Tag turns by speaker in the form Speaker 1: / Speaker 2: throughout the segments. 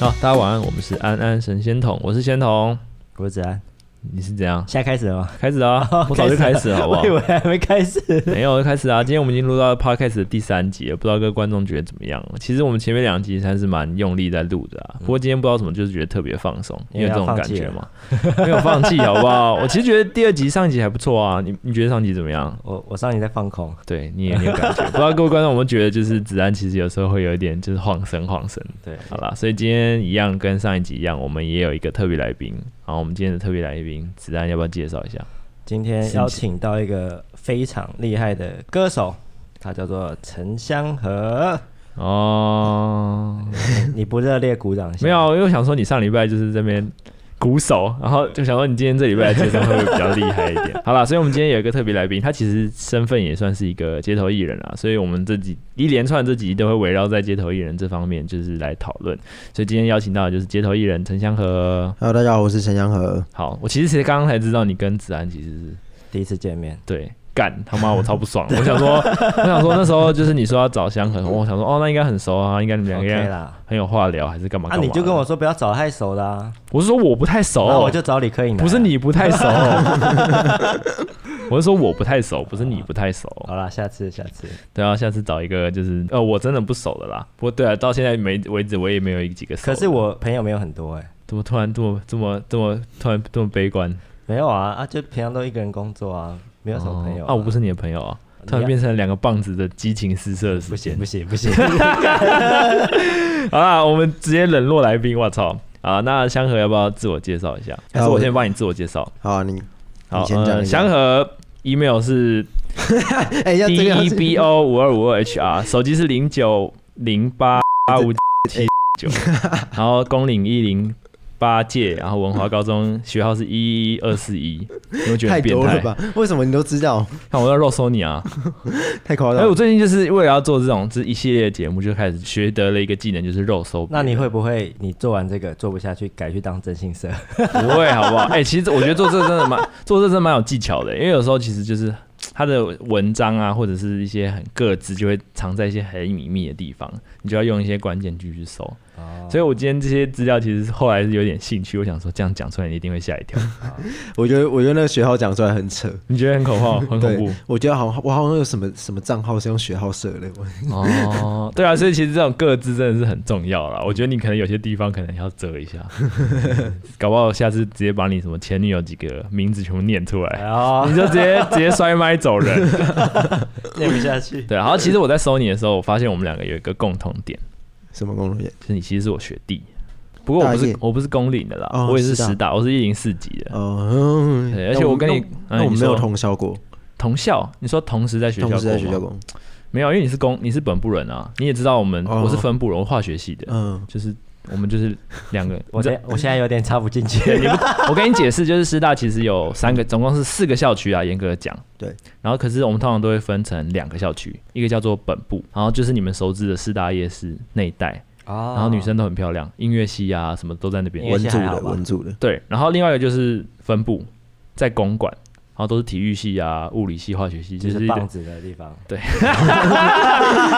Speaker 1: 好，大家晚安，我们是安安神仙桶，我是仙童，
Speaker 2: 我是子安，
Speaker 1: 你是怎样？
Speaker 2: 现在开始了 吗？
Speaker 1: 开始啊，
Speaker 2: 哦
Speaker 1: 我早就开始了，好不好
Speaker 2: 我以？为还没开始。
Speaker 1: 没有，就开始啊！今天我们已经录到 podcast 的第三集了，不知道各位观众觉得怎么样？其实我们前面两集还是蛮用力在录的啊，不过今天不知道怎么，就是觉得特别放松，
Speaker 2: 嗯因
Speaker 1: 你
Speaker 2: 为
Speaker 1: 有这
Speaker 2: 要
Speaker 1: 种
Speaker 2: 放
Speaker 1: 感
Speaker 2: 弃
Speaker 1: 觉
Speaker 2: 了
Speaker 1: 吗？没有放弃，好不 好？我其实觉得第二集、上一集还不错啊，你你觉得上集怎么样？
Speaker 2: 我我上一集在放空，
Speaker 1: 对你也没有感觉，不知道各位观众有没有觉得，就是子安其实有时候会有一点就是晃神晃神。
Speaker 2: 对，
Speaker 1: 好啦，所以今天一样跟上一集一样，我们也有一个特别来宾。好，我们今天的特别来宾子安要不要介绍一下？
Speaker 2: 今天邀请到一个非常厉害的歌手，他叫做陈香 河。
Speaker 1: 哦，
Speaker 2: 你不热烈鼓掌一下？
Speaker 1: 没有，啊因为我想说你上礼拜就是这边鼓手，然后就想说你今天这礼拜的介绍会不会比较厉害一点？好啦，所以我们今天有一个特别来宾，他其实身份也算是一个街头艺人啊啦，所以我们这几一连串这几集都会围绕在街头艺人这方面就是来讨论。所以今天邀请到的就是街头艺人陈香河。
Speaker 3: Hello，大家好，我是陈祥和。
Speaker 1: 好，我其实其实刚刚才知道你跟子安其实是
Speaker 2: 第一次见面，
Speaker 1: 对。干他妈我超不爽！我想说，我想说那时候就是你说要找香河，我想说哦那应该很熟啊，应该你们两个
Speaker 2: OK
Speaker 1: 人
Speaker 2: 啦。
Speaker 1: 很有话聊，还是干嘛
Speaker 2: 啊，哦
Speaker 1: 干嘛的？
Speaker 2: 你就跟我说不要找太熟的啊，
Speaker 1: 我是说我不太熟，
Speaker 2: 那我就找李克颖。
Speaker 1: 不是，你不太 熟，我是说我不太熟，不是你不太熟。
Speaker 2: 好啦，下次下次。
Speaker 1: 对啊，下次找一个就是呃我真的不熟的啦。不过对啊，到现在没为止我也没有几个熟的。
Speaker 2: 可是我朋友没有很多哎，
Speaker 1: 怎么突然这么这么这么突然这么悲观？
Speaker 2: 没有啊啊，就平常都一个人工作啊，没有什么朋友
Speaker 1: 哦啊，我不是你的朋友啊，突然变成两个棒子的激情四射的时
Speaker 2: 不行
Speaker 1: 间。
Speaker 2: 不行不行，
Speaker 1: 好啦，我们直接冷落来宾，我操！啊，那香河要不要自我介绍一下？还是我
Speaker 3: 我
Speaker 1: 先帮你自我介绍？
Speaker 3: 好、啊，你
Speaker 1: 好
Speaker 3: 你，先讲
Speaker 1: 呃
Speaker 3: 你
Speaker 1: 香
Speaker 3: 讲
Speaker 1: 河 email 是
Speaker 3: 哎、要
Speaker 1: D
Speaker 3: 这个要
Speaker 1: E
Speaker 3: 这个
Speaker 1: B O 五二五二 H R，手机是零九零八八五七 九，然后工龄一零八届，然后文华高中学号是一一二四一，你会觉得
Speaker 3: 太
Speaker 1: 很变
Speaker 3: 多了
Speaker 1: 态？
Speaker 3: 吧？为什么你都知道？
Speaker 1: 看我要肉搜你啊！
Speaker 3: 太夸
Speaker 1: 哎、
Speaker 3: 张
Speaker 1: 我
Speaker 3: 了。
Speaker 1: 最近就是为了要做这种这一系列的节目，就开始学得了一个技能，就是肉搜。
Speaker 2: 那你会不会你做完这个做不下去，改去当征信社？
Speaker 1: 不会好不好？哎、其实我觉得做这真的蛮做这真的蛮有技巧的，因为有时候其实就是他的文章啊，或者是一些很个字，就会藏在一些很隐秘的地方，你就要用一些关键句去搜。
Speaker 2: 哦
Speaker 1: 所以我今天这些资料其实后来是有点兴趣，我想说这样讲出来你一定会吓一跳。
Speaker 3: 我觉得我觉得那个学号讲出来很扯。
Speaker 1: 你觉得很可怕，很恐
Speaker 3: 对
Speaker 1: 怖，
Speaker 3: 我觉得好像我好像有什么什么账号是用学号设的，我
Speaker 1: 哦？对啊，所以其实这种各自真的是很重要啦。我觉得你可能有些地方可能要遮一下，搞不好下次直接把你什么前女友几个名字全部念出来，
Speaker 2: 哦
Speaker 1: 你，就直接直接摔麦走人。
Speaker 2: 念不下去。
Speaker 1: 对，然后其实我在搜你的时候，我发现我们两个有一个共同点，
Speaker 3: 什么公路演
Speaker 1: 就是你其实是我学弟，不过我不
Speaker 3: 大
Speaker 1: 是
Speaker 3: 一
Speaker 1: 我不是公领的啦，
Speaker 3: 哦
Speaker 1: 我也是
Speaker 3: 师大
Speaker 1: 师大，我是一零四级的。
Speaker 3: 哦，嗯
Speaker 1: 对，
Speaker 3: 那
Speaker 1: 而且我跟你
Speaker 3: 们
Speaker 1: 哎
Speaker 3: 那那
Speaker 1: 你
Speaker 3: 我们没有
Speaker 1: 说
Speaker 3: 通宵过，
Speaker 1: 同校，你说同时在学校
Speaker 3: 同时在
Speaker 1: 过
Speaker 3: 学
Speaker 1: 吗
Speaker 3: 校过，
Speaker 1: 没有，因为你是工，你是本部人啊，你也知道我们、
Speaker 3: 哦
Speaker 1: 我是分部人，我化学系的，
Speaker 3: 嗯，
Speaker 1: 就是 我们就是两个。
Speaker 2: 我
Speaker 1: 你知道
Speaker 2: 现我现在有点插不进去，
Speaker 1: 我 跟你解释，就是师大其实有三个，总共是四个校区啊，严格地讲。
Speaker 3: 对。
Speaker 1: 然后可是我们通常都会分成两个校区，一个叫做本部，然后就是你们熟知的师大夜市那一带，
Speaker 2: 然
Speaker 1: 然后女
Speaker 3: 哦
Speaker 1: 生都很漂亮，音乐系啊什么都在那边
Speaker 2: 音。乐
Speaker 3: 文
Speaker 2: 系
Speaker 3: 组
Speaker 2: 还好
Speaker 3: 的
Speaker 2: 吧
Speaker 3: 文组的，
Speaker 1: 对，然后另外一个就是分部，在公馆，然后都是体育系啊、物理系、化学系，
Speaker 2: 就
Speaker 1: 就是
Speaker 2: 是
Speaker 1: 一个
Speaker 2: 棒子的地方，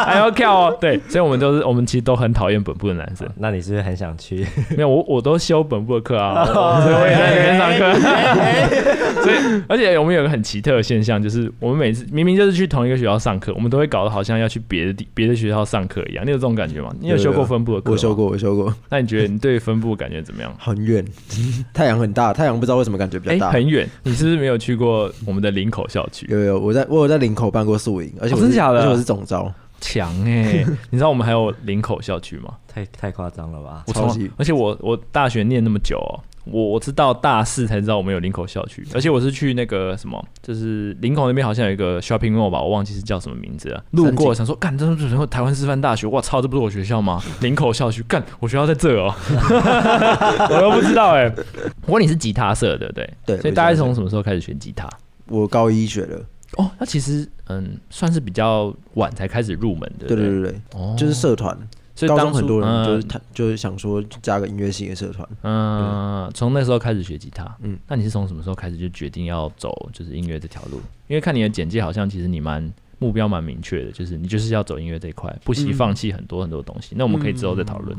Speaker 1: 还要跳哦。对，所以我们都是我们其实都很讨厌本部的男生。
Speaker 2: 那你是不是很想去？
Speaker 1: 没有，我我都修本部的课 啊，我所以我也在那边上课。所以，而且我们有个很奇特的现象，就是我们每次明明就是去同一个学校上课，我们都会搞得好像要去别的地别的学校上课一样。你有这种感觉吗？你有
Speaker 3: 有
Speaker 1: 修
Speaker 3: 有
Speaker 1: 过分部的课？
Speaker 3: 我修。过，我修过，
Speaker 1: 那你觉得你对分部的感觉怎么样？
Speaker 3: 很远， 太阳很大，太阳不知道为什么感觉比
Speaker 1: 哎
Speaker 3: 较，大。
Speaker 1: 很远，你是不是没有去过我们的林口校区？
Speaker 3: 有有，我在我有在林口办过宿营，而且
Speaker 1: 哦
Speaker 3: 我
Speaker 1: 真
Speaker 3: 是
Speaker 1: 假的
Speaker 3: 而且我是总招，
Speaker 1: 强哎、 你知道我们还有林口校区吗？
Speaker 2: 太太夸张了吧？
Speaker 1: 我从
Speaker 3: 超级
Speaker 1: 而且我我大学念那么久哦，我我知道大四才知道我们有林口校区，而且我是去那个什么，就是林口那边好像有一个 shopping mall 吧，我忘记是叫什么名字了。路过想说，干，这是什么台湾师范大学？我操，这不是我学校 吗？林口校区，干，我学校在这哦， 我都不知道哎、不过你是吉他社的，对，
Speaker 3: 对
Speaker 1: 所以大概是从什么时候开始学吉他？
Speaker 3: 我高一学的，
Speaker 1: 哦，那其实嗯，算是比较晚才开始入门的，
Speaker 3: 对
Speaker 1: 不
Speaker 3: 对对对，
Speaker 1: 哦，
Speaker 3: 就是社团，
Speaker 1: 所以
Speaker 3: 高
Speaker 1: 当
Speaker 3: 中
Speaker 1: 初
Speaker 3: 很多人就是
Speaker 1: 嗯
Speaker 3: 他就是想说加个音乐系的社团，
Speaker 1: 嗯，从那时候开始学吉他。嗯
Speaker 3: 嗯，
Speaker 1: 那你是从什么时候开始就决定要走就是音乐这条路？因为看你的简介，好像其实你蛮目标蛮明确的，就是你就是要走音乐这一块，不惜放弃很多很多东西。
Speaker 3: 嗯
Speaker 1: 那我们可以之后再讨论。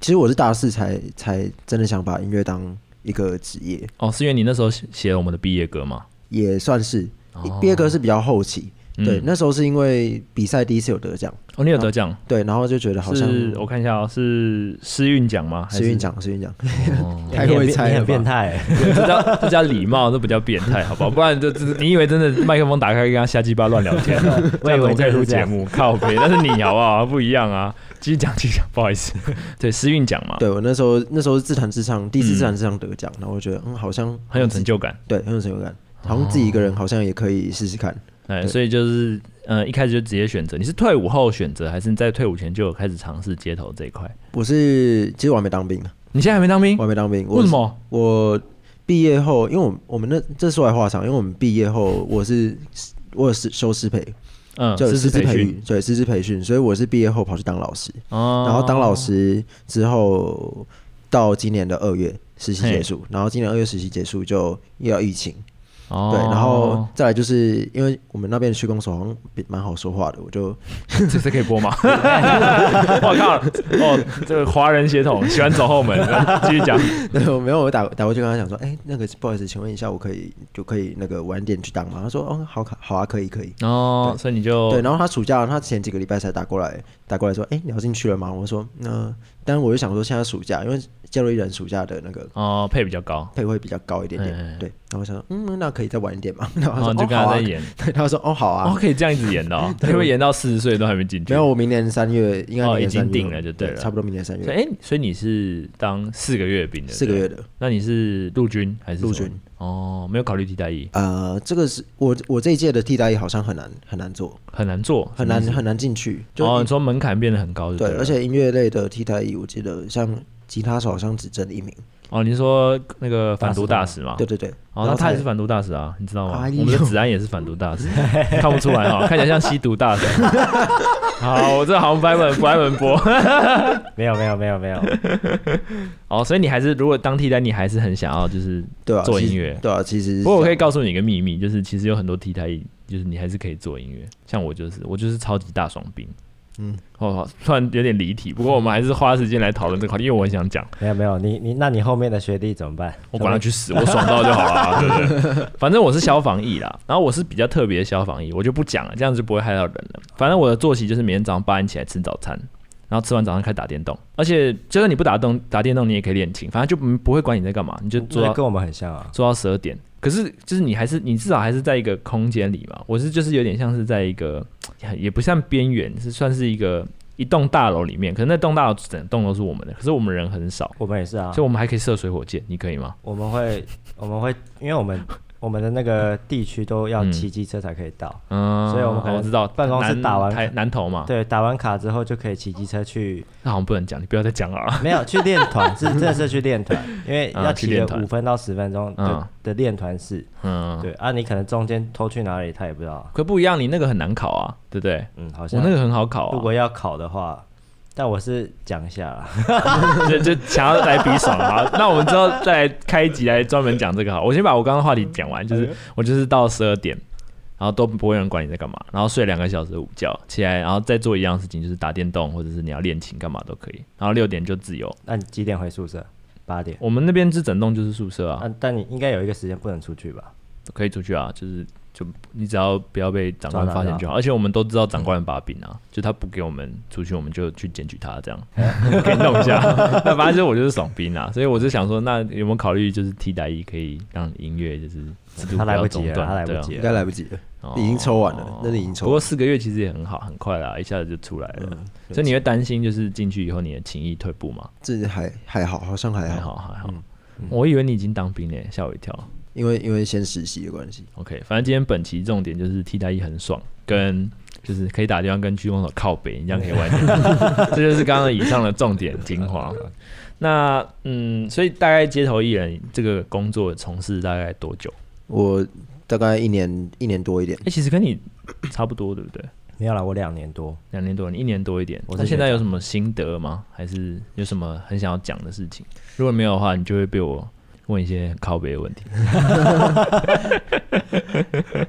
Speaker 3: 其实我是大四才才真的想把音乐当一个职业，
Speaker 1: 哦，是因为你那时候写写了我们的毕业歌嘛？
Speaker 3: 也算是
Speaker 1: 哦
Speaker 3: 毕业歌是比较后期。
Speaker 1: 嗯
Speaker 3: 对，那时候是因为比赛第一次有得奖，
Speaker 1: 哦，你有得奖，
Speaker 3: 对，然后就觉得好像
Speaker 1: 是我看一下哦，是诗韵奖吗？还
Speaker 3: 时
Speaker 1: 是
Speaker 3: 运，奖，时运奖，
Speaker 1: 哦
Speaker 2: 你
Speaker 3: 太
Speaker 2: 很
Speaker 3: 会
Speaker 2: 变
Speaker 3: 猜
Speaker 2: 你很
Speaker 3: 了吧
Speaker 2: 变态、欸，
Speaker 1: 这叫这叫礼貌，这不叫变态，好不好？不然就这你以为真的麦克风打开跟他瞎鸡巴乱聊 天哦、这
Speaker 2: 我
Speaker 1: 样
Speaker 2: 以
Speaker 1: 子我
Speaker 2: 为
Speaker 1: 们可
Speaker 2: 就
Speaker 1: 以录
Speaker 2: 是这
Speaker 1: 节
Speaker 2: 样。
Speaker 1: 目，靠背，但是你好不好？不一样啊， 继续讲，继续讲，不好意思，对，诗韵奖嘛，
Speaker 3: 对我那时候那时候是自弹自唱，第一次
Speaker 1: 嗯
Speaker 3: 自弹自唱得奖，然后我觉得嗯好像
Speaker 1: 很有成就哦感，
Speaker 3: 对很有成就感，好像自己一个人好像也可以试试看。
Speaker 1: 哎，
Speaker 3: 对
Speaker 1: 所以就是，呃，一开始就直接选择，你是退伍后选择，还是你在退伍前就有开始尝试街头这一块？
Speaker 3: 我是其实我还没当兵，啊
Speaker 1: 你现在还没当兵
Speaker 3: 我，还没当兵，我
Speaker 1: 为什么？
Speaker 3: 我毕业后，因为我们我们那这说来话长，因为我们毕业后我是我有是修师培，
Speaker 1: 嗯，
Speaker 3: 就
Speaker 1: 师
Speaker 3: 师
Speaker 1: 资
Speaker 3: 资
Speaker 1: 培
Speaker 3: 培
Speaker 1: 训
Speaker 3: 育，，对师资培训，所以我是毕业后跑去当老师，
Speaker 1: 哦
Speaker 3: 然后当老，师之后到今年的二月实习
Speaker 1: 嘿
Speaker 3: 结束，然后今年二月实习结束就又要疫情，
Speaker 1: 哦
Speaker 3: 对，然后再来就是因为我们那边的区公所好像比蛮好说话的，我 就
Speaker 1: 这这可以播吗？ 我靠，哦，这个华人血统喜欢走后门， 继续讲，
Speaker 3: 我没有我打打过去跟他讲说，哎、那个不好意思，请问一下，我可以就可以那个晚点去当吗？他说，哦，好卡好啊，可以可以。
Speaker 1: 哦，所以你就
Speaker 3: 对，然后他暑假他前几个礼拜才打过来，打过来说，哎、你要进去了吗？我说，那、但我就想说现在暑假，因为加入一人暑假的那个
Speaker 1: 哦配比较高，
Speaker 3: 配会比较高一点点，
Speaker 1: 哎哎哎
Speaker 3: 对。然后我想说，嗯，那可以再晚一点嘛。 然后他
Speaker 1: 然
Speaker 3: 说，
Speaker 1: 后
Speaker 3: 哦，
Speaker 1: 你就跟
Speaker 3: 好
Speaker 1: 他
Speaker 3: 啊
Speaker 1: 在。演。
Speaker 3: 对，他说，哦，好啊。
Speaker 1: 哦，可以这样一直演的、哦， 会不会演到四十岁都还没进去？
Speaker 3: 没有，，我明年三月应该
Speaker 1: 哦
Speaker 3: 明年
Speaker 1: 已经
Speaker 3: 三月
Speaker 1: 定了就对了
Speaker 3: 差不多明年三
Speaker 1: 所
Speaker 3: 月，
Speaker 1: 以哎、所以你是当四个月兵的，
Speaker 3: 四个月
Speaker 1: 对不对。
Speaker 3: 的。
Speaker 1: 那你是陆军还是什么
Speaker 3: 陆军？
Speaker 1: 哦，没有考虑替代役，
Speaker 3: 呃，这个是我我这一届的替代役好像很难很难做，
Speaker 1: 很难做，
Speaker 3: 很难
Speaker 1: 什么意思
Speaker 3: 很难进去。就
Speaker 1: 嗯哦，你说门槛变得很高就
Speaker 3: 对，
Speaker 1: 了
Speaker 3: 而且音乐类的替代役，我记得像吉他手好像只争一名。
Speaker 1: 哦，你说那个反毒大使嘛，
Speaker 3: 对，对对，
Speaker 1: 哦，
Speaker 3: 然
Speaker 1: 那
Speaker 3: 后
Speaker 1: 他
Speaker 3: 才
Speaker 1: 也是反毒大使啊，你知道吗？
Speaker 3: 哎呦
Speaker 1: 我们的子安也是反毒大使， 看不出来哈、看起来像吸毒 大使。好，我这好像不爱文不爱文博。
Speaker 2: 没有没有没有没有，
Speaker 1: 哦，所以你还是如果当替代，你还是很想要就是
Speaker 3: 对啊，
Speaker 1: 做
Speaker 3: 其
Speaker 1: 音
Speaker 3: 实
Speaker 1: 乐
Speaker 3: 对啊，其实
Speaker 1: 不过我可
Speaker 3: 以
Speaker 1: 以告诉你一个秘密，就是其实有很多替代役，就是你还是可以做音乐。像我就是，我就是超级大双兵。嗯
Speaker 3: 嗯，
Speaker 1: 哦，突然有点离题，不过我们还是花时间来讨论这个话题，因为我很想讲，
Speaker 2: 没有没有，你你那你后面的学弟怎么办？
Speaker 1: 我管他去死，我爽到就好了，对不对？反正我是消防役啦，然后我是比较特别的消防役，我就不讲了，这样子就不会害到人了。反正我的作息就是每天早上八点起来吃早餐，然后吃完早餐开始打电动，而且就算你不打动打电动，你也可以练琴，反正就不不会管你在干嘛，你就做
Speaker 2: 那
Speaker 1: 到
Speaker 2: 跟我们很像啊。
Speaker 1: 做到十二点。可是就是你还是你至少还是在一个空间里嘛，我是就是有点像是在一个也不像边缘，是算是一个一栋大楼里面，可是那栋大楼整栋都是我们的，可是我们人很少，
Speaker 2: 我们也是啊
Speaker 1: 所以，我们还可以射水火箭，你可以吗？
Speaker 2: 我们会我们会，因为我们我们的那个地区都要
Speaker 1: 嗯
Speaker 2: 骑机车才可以到，
Speaker 1: 嗯，
Speaker 2: 所以我们可能
Speaker 1: 我知道
Speaker 2: 啊哦办公室
Speaker 1: 南
Speaker 2: 打完
Speaker 1: 台南投嘛，
Speaker 2: 对，打完卡之后就可以骑机车去，
Speaker 1: 那好像不能讲，你不要再讲了啊。
Speaker 2: 没有去练团，是真的是去练团，因为
Speaker 1: 啊
Speaker 2: 要
Speaker 1: 去
Speaker 2: 骑
Speaker 1: 练
Speaker 2: 个
Speaker 1: 团
Speaker 2: 五分到十分钟
Speaker 1: 嗯
Speaker 2: 的的练团式，
Speaker 1: 嗯，
Speaker 2: 对啊，你可能中间偷去哪里他也不知道，
Speaker 1: 可不一样，你那个很难考啊，对不对？
Speaker 2: 嗯，好
Speaker 1: 我
Speaker 2: 像
Speaker 1: 那个很好考
Speaker 2: 如
Speaker 1: 啊，
Speaker 2: 果要考的话，但我是讲一下啦，
Speaker 1: 就就想要来比爽啊。那我们之后再来开一集来专门讲这个好。我先把我刚刚的话题讲完，就是我就是到十二点，然后都不会有人管你在干嘛，然后睡两个小时的午觉，起来然后再做一样事情，就是打电动或者是你要练琴干嘛都可以。然后六点就自由。
Speaker 2: 那你几点回宿舍？八点。
Speaker 1: 我们那边是整栋就是宿舍啊，
Speaker 2: 啊，但你应该有一个时间不能出去吧？
Speaker 1: 可以出去啊，就是就你只要不要被长官
Speaker 2: 抓到嗯
Speaker 1: 发现就好。而且我们都知道长官的把柄啊，就他不给我们出去，我们就去检举他这 样，可以弄一下。 那反正就是我就是爽兵啊，所以我就想说，那有没有考虑就是替代役可以让音乐就是制度不
Speaker 2: 他来
Speaker 1: 要
Speaker 2: 不及
Speaker 1: 中
Speaker 2: 了，
Speaker 1: 断，
Speaker 2: 他来不
Speaker 1: 对啊
Speaker 2: 及
Speaker 3: 应
Speaker 2: 了。
Speaker 3: 该来不及了，
Speaker 1: 哦
Speaker 3: 已经抽完了，那你已经抽
Speaker 1: 不
Speaker 3: 完
Speaker 1: 过
Speaker 3: 了。
Speaker 1: 四个月其实也很好，很快啦，一下子就出来了。
Speaker 2: 嗯
Speaker 3: 对
Speaker 1: 所以你会担心就是进去以后你的情谊退步吗？
Speaker 3: 这还还好，好像还
Speaker 1: 还
Speaker 3: 好。
Speaker 2: 嗯
Speaker 1: 好还好。我以为你已经当兵嘞，吓我一跳。
Speaker 3: 因为因为先实习的关系，
Speaker 1: OK，反正今天本期重点就是替代役很爽，跟就是可以打电话跟居攻手靠北，一样可以玩。 这就是刚刚以上的重点精华。
Speaker 2: 啊
Speaker 1: 那嗯，所以大概街头艺人这个工作从事大概多久？
Speaker 3: 我大概一年一年多一点
Speaker 1: 哎、，其实跟你差不多，对不对？
Speaker 2: 没有啦，我两年多，
Speaker 1: 两年多，你一年多一点。
Speaker 2: 我是
Speaker 1: 那现在
Speaker 2: 学
Speaker 1: 有什么心得吗？还是有什么很想要讲的事情？如果没有的话，你就会被我问一些靠北的问题。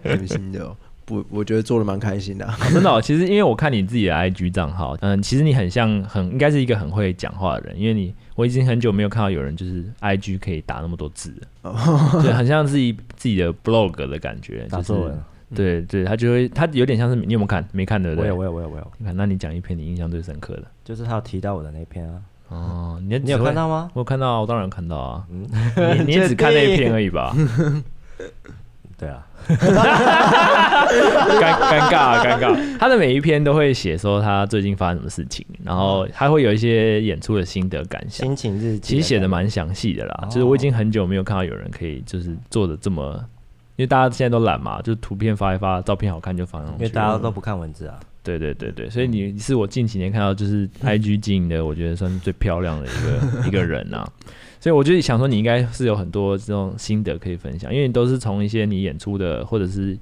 Speaker 3: 很新的哦。我我觉得做的蛮开心的啊、
Speaker 1: 哦 真的哦、其实因为我看你自己的 IG 账号，嗯，其实你很像很应该是一个很会讲话的人，因为你我已经很久没有看到有人就是 IG 可以打那么多字了，对，很像自己自己的 blog 的感觉，
Speaker 2: 哦打
Speaker 1: 就是
Speaker 2: 作文，
Speaker 1: 对对，他就会他有点像是你有没有看？没看对不
Speaker 2: 我
Speaker 1: 对？
Speaker 2: 有，我有，我有，我有，
Speaker 1: 你看，那你讲一篇你印象最深刻的
Speaker 2: 就是他有提到我的那篇啊，
Speaker 1: 哦，你
Speaker 2: 你有
Speaker 1: 只会
Speaker 2: 看？到吗？
Speaker 1: 我有看到啊，我当然有看到啊，
Speaker 2: 嗯
Speaker 1: 你你 也只看那一篇而已吧？
Speaker 2: 对啊，
Speaker 1: 尴尴尬啊尴尬。他的每一篇都会写说他最近发生什么事情，然后还会有一些演出的心得感想。
Speaker 2: 心情日记
Speaker 1: 其实写的
Speaker 2: 感
Speaker 1: 蛮详细的啦，
Speaker 2: 哦
Speaker 1: 就是我已经很久没有看到有人可以就是做的这么，因为大家现在都懒嘛，就图片发一发，照片好看就发上
Speaker 2: 觉，因为
Speaker 1: 去。
Speaker 2: 大家都不看文字啊，
Speaker 1: 对对对
Speaker 3: 嗯
Speaker 1: 对，所以你是我近几年看到就是 IG 经营的，我觉得算是最漂亮的一 个一个人啊。所以我就想说，你应该是有很多这种心得可以分享，因为你都是从一些你演出的或者是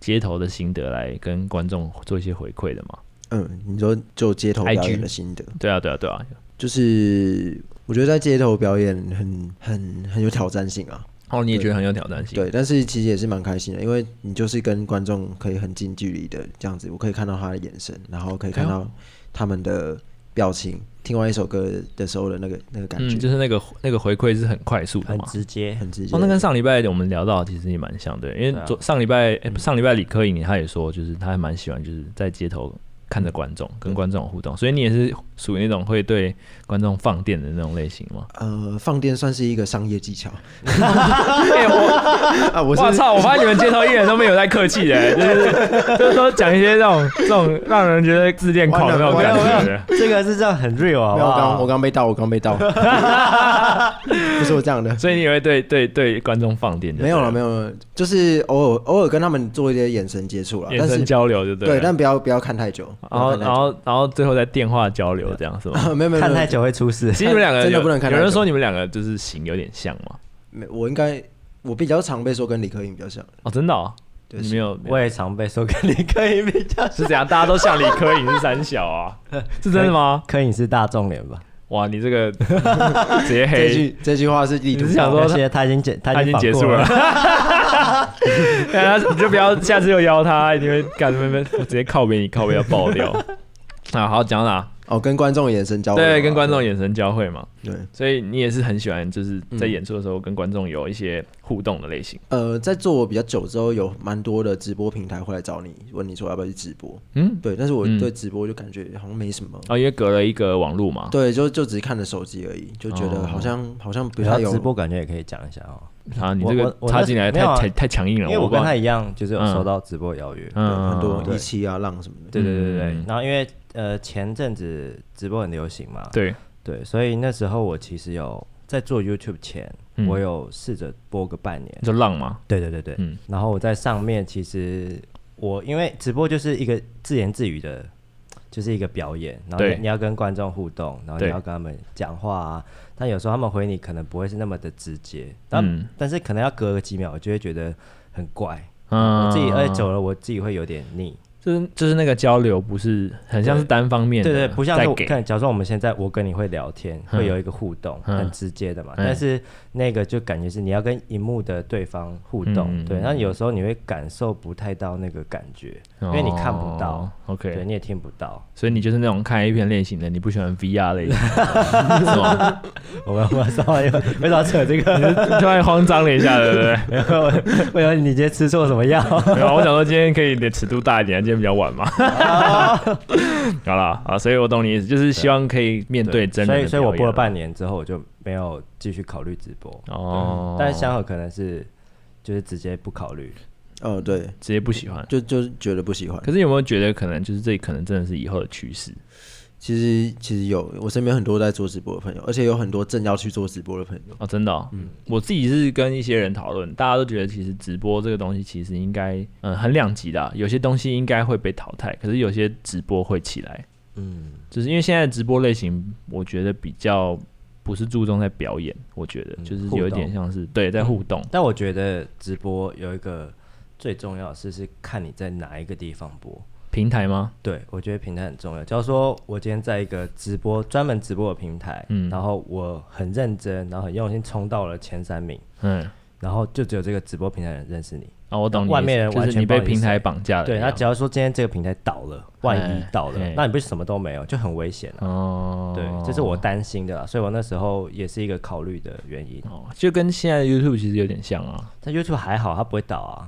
Speaker 1: 街头的心得来跟观众做一些回馈的嘛。
Speaker 3: 嗯，你说就街头表
Speaker 1: IG
Speaker 3: 演的心得，
Speaker 1: 对啊，对啊，对啊。
Speaker 3: 就是我觉得在街头表演很很很有挑战性啊。
Speaker 1: 哦，你也觉得很有挑战性？
Speaker 3: 对，但是其实也是蛮开心的，因为你就是跟观众可以很近距离的这样子，我可以看到他的眼神，然后可以看
Speaker 1: 哎
Speaker 3: 到他们的表情，听完一首歌的时候的那个那个感觉，
Speaker 1: 嗯，就是那个那个回馈是很快速的
Speaker 2: 很
Speaker 1: 嘛。
Speaker 2: 直接，
Speaker 3: 很直接。
Speaker 1: 哦，那跟上礼拜我们聊到，其实也蛮像的，因为
Speaker 2: 对啊
Speaker 1: 昨上礼拜、哎诶不上礼拜李科颖他也说，就是他还蛮喜欢就是在街头看着观众，跟观众互动，所以你也是属于那种会对观众放电的那种类型吗？
Speaker 3: 呃，放电算是一个商业技巧
Speaker 1: 哎、我
Speaker 3: 啊！我是
Speaker 1: 我操！我发现你们街头艺人都没有在客气的、就是就是说讲一些这种这种让人觉得自恋狂的那种
Speaker 3: 完
Speaker 1: 感
Speaker 3: 了
Speaker 1: 觉
Speaker 3: 完
Speaker 1: 的。
Speaker 2: 这个是这样很 real 啊，
Speaker 3: 没有，我刚我刚被盗，我刚被盗，不是我这样的。
Speaker 1: 所以你也会对对对观众放电就对？
Speaker 3: 没有了，没
Speaker 1: 有
Speaker 3: 有了，就是偶尔偶尔跟他们做一些眼神接触了，
Speaker 1: 眼
Speaker 3: 但是
Speaker 1: 神交流就对了。哦
Speaker 3: 对，但不要不要看太久。不
Speaker 1: 然
Speaker 3: 要
Speaker 1: 后
Speaker 3: 看太
Speaker 1: 然后然后最后再电话交流这样是吗？
Speaker 3: 久 没有没有
Speaker 2: 看太
Speaker 3: 没
Speaker 2: 久会出事，
Speaker 1: 其实你们两个
Speaker 3: 真的
Speaker 1: 有
Speaker 3: 不能看
Speaker 1: 有
Speaker 3: 太
Speaker 1: 人
Speaker 3: 久
Speaker 1: 说你们两个就是型有点像嘛？
Speaker 3: 有没，我应该我比较常被说跟李克颖比较像，
Speaker 1: 哦，真的、哦，
Speaker 3: 对
Speaker 1: 你没有，
Speaker 2: 我也常被说跟你可以比较，
Speaker 1: 是怎样？大家都像李科颖是三小啊？ 是真的吗？
Speaker 2: 可以是大众脸吧？
Speaker 1: 哇，你这 个直接
Speaker 3: 这
Speaker 1: 黑，
Speaker 3: 句这句话是地图
Speaker 1: 你是想说
Speaker 2: 而且啊他已经结，
Speaker 1: 他
Speaker 2: 他
Speaker 1: 已经结
Speaker 2: 绑
Speaker 1: 束
Speaker 2: 过
Speaker 1: 了
Speaker 2: 了，。
Speaker 1: 然后你就不要下次又邀他，一定会干什么？我直接靠边，你靠边要爆掉。啊，好讲哪？
Speaker 3: 哦，跟观众眼神交流啊，
Speaker 1: 对，跟观众眼神交汇嘛，
Speaker 3: 对，
Speaker 1: 所以你也是很喜欢，就是在
Speaker 3: 嗯
Speaker 1: 演出的时候跟观众有一些互动的类型。
Speaker 3: 呃，在做我比较久之后，有蛮多的直播平台会来找你，问你说要不要去直播，
Speaker 1: 嗯，
Speaker 3: 对，但是我
Speaker 1: 嗯
Speaker 3: 对直播就感觉好像没什么，
Speaker 1: 啊，因为隔了一个网路嘛，
Speaker 3: 对，就就只是看着手机而已，就觉
Speaker 1: 哦
Speaker 3: 得好像好像不
Speaker 2: 然
Speaker 3: 太
Speaker 2: 后
Speaker 3: 有
Speaker 2: 直播感觉也可以讲一下哦，
Speaker 1: 啊，你
Speaker 2: 我
Speaker 1: 这个
Speaker 2: 我我
Speaker 1: 插
Speaker 2: 那
Speaker 1: 进来
Speaker 2: 没
Speaker 1: 太
Speaker 2: 有啊
Speaker 1: 太太强硬了，
Speaker 2: 因为
Speaker 1: 不
Speaker 2: 我
Speaker 1: 知
Speaker 2: 跟
Speaker 1: 道
Speaker 2: 他一样，就是有
Speaker 1: 嗯
Speaker 2: 收到直播邀约，
Speaker 1: 嗯
Speaker 3: 对很
Speaker 1: 嗯
Speaker 3: 多
Speaker 1: 嗯
Speaker 3: 一期啊浪什么的，
Speaker 1: 对对对对
Speaker 2: 然后因为呃前阵子直播很流行嘛，
Speaker 1: 对，
Speaker 2: 对，所以那时候我其实有在做 YouTube 前，
Speaker 1: 嗯
Speaker 2: 我有试着播个半年，
Speaker 1: 你说浪嘛，
Speaker 2: 对对对对，
Speaker 1: 嗯
Speaker 2: 然后我在上面其实我因为直播就是一个自言自语的，就是一个表演，然后
Speaker 1: 对
Speaker 2: 你你要跟观众互动，然后
Speaker 1: 对
Speaker 2: 你要跟他们讲话啊，但有时候他们回你可能不会是那么的直接，但、
Speaker 1: 嗯
Speaker 2: 但是可能要隔个几秒，我就会觉得很怪，
Speaker 1: 嗯，
Speaker 2: 我自己而哎且久了我自己会有点腻，
Speaker 1: 就是就是那个交流不是很像是单方面
Speaker 2: 对
Speaker 1: 的，
Speaker 2: 对，不像
Speaker 1: 在
Speaker 2: 是我
Speaker 1: 给
Speaker 2: 看，假如说我们现在我跟你会聊天，
Speaker 1: 嗯
Speaker 2: 会有一个互动，
Speaker 1: 嗯
Speaker 2: 很直接的嘛。
Speaker 1: 嗯
Speaker 2: 但是那个就感觉是你要跟荧幕的对方互
Speaker 1: 嗯
Speaker 2: 动，对，那有时候你会感受不太到那个感觉，因为你看不到
Speaker 1: 哦，
Speaker 2: 对，
Speaker 1: ，OK，
Speaker 2: 你也听不到。
Speaker 1: 所以你就是那种看 A 片类型的，你不喜欢 VR 类型， 是吗？
Speaker 2: 我们我们稍微 为啥扯这
Speaker 1: 你
Speaker 2: 个？
Speaker 1: 突然慌张了一下，对不对？
Speaker 2: 没有我我以为你今天吃错什么药？
Speaker 1: 没有，啊我想说今天可以的尺度大一点，今天比较晚嘛。
Speaker 2: 哦
Speaker 1: 好啦，啊，所以我懂你意思，就是希望可以面 对真人
Speaker 2: 所
Speaker 1: 的
Speaker 2: 以所以我
Speaker 1: 表演
Speaker 2: 播了半年之后，我就没有继续考虑直播。嗯
Speaker 1: 哦，
Speaker 2: 但是香河可能是就是直接不考虑，
Speaker 3: 哦对，
Speaker 1: 直接不喜欢。
Speaker 3: 就就觉得不喜欢，
Speaker 1: 可是有没有觉得可能就是这可能真的是以后的趋势？
Speaker 3: 其实其实有，我身边很多在做直播的朋友，而且有很多正要去做直播的朋友。
Speaker 1: 哦，真的、哦，
Speaker 2: 嗯
Speaker 1: 我自己是跟一些人讨论，大家都觉得其实直播这个东西其实应该，嗯，很两极的啊、有些东西应该会被淘汰，可是有些直播会起来，
Speaker 2: 嗯，
Speaker 1: 就是因为现在直播类型，我觉得比较不是注重在表演，我觉得
Speaker 2: 嗯
Speaker 1: 就是
Speaker 2: 互
Speaker 1: 有一点
Speaker 2: 动嗯
Speaker 1: 像是对在互动，
Speaker 2: 但我觉得直播有一个最重要的事是看你在哪一个地方播。
Speaker 1: 平台吗？
Speaker 2: 对，我觉得平台很重要。假如说我今天在一个直播专门直播的平台，
Speaker 1: 嗯
Speaker 2: 然后我很认真，然后很用心冲到了前三名，
Speaker 1: 嗯，
Speaker 2: 然后就只有这个直播平台的人认识你。
Speaker 1: 啊，我懂你意思，
Speaker 2: 外面人
Speaker 1: 就
Speaker 2: 完
Speaker 1: 是
Speaker 2: 全
Speaker 1: 你
Speaker 2: 不知
Speaker 1: 被
Speaker 2: 道你
Speaker 1: 平
Speaker 2: 是
Speaker 1: 台
Speaker 2: 谁
Speaker 1: 绑架了一
Speaker 2: 对，
Speaker 1: 样，
Speaker 2: 那只要说今天这个平台倒了，万一
Speaker 1: 哎
Speaker 2: 倒了，
Speaker 1: 哎
Speaker 2: 那你不是什么都没有，就很危险啊。
Speaker 1: 哦，
Speaker 2: 对，这是我担心的啦，所以我那时候也是一个考虑的原因。
Speaker 1: 哦，就跟现在的 YouTube 其实有点像啊。
Speaker 2: 但 YouTube 还好，它不会倒啊，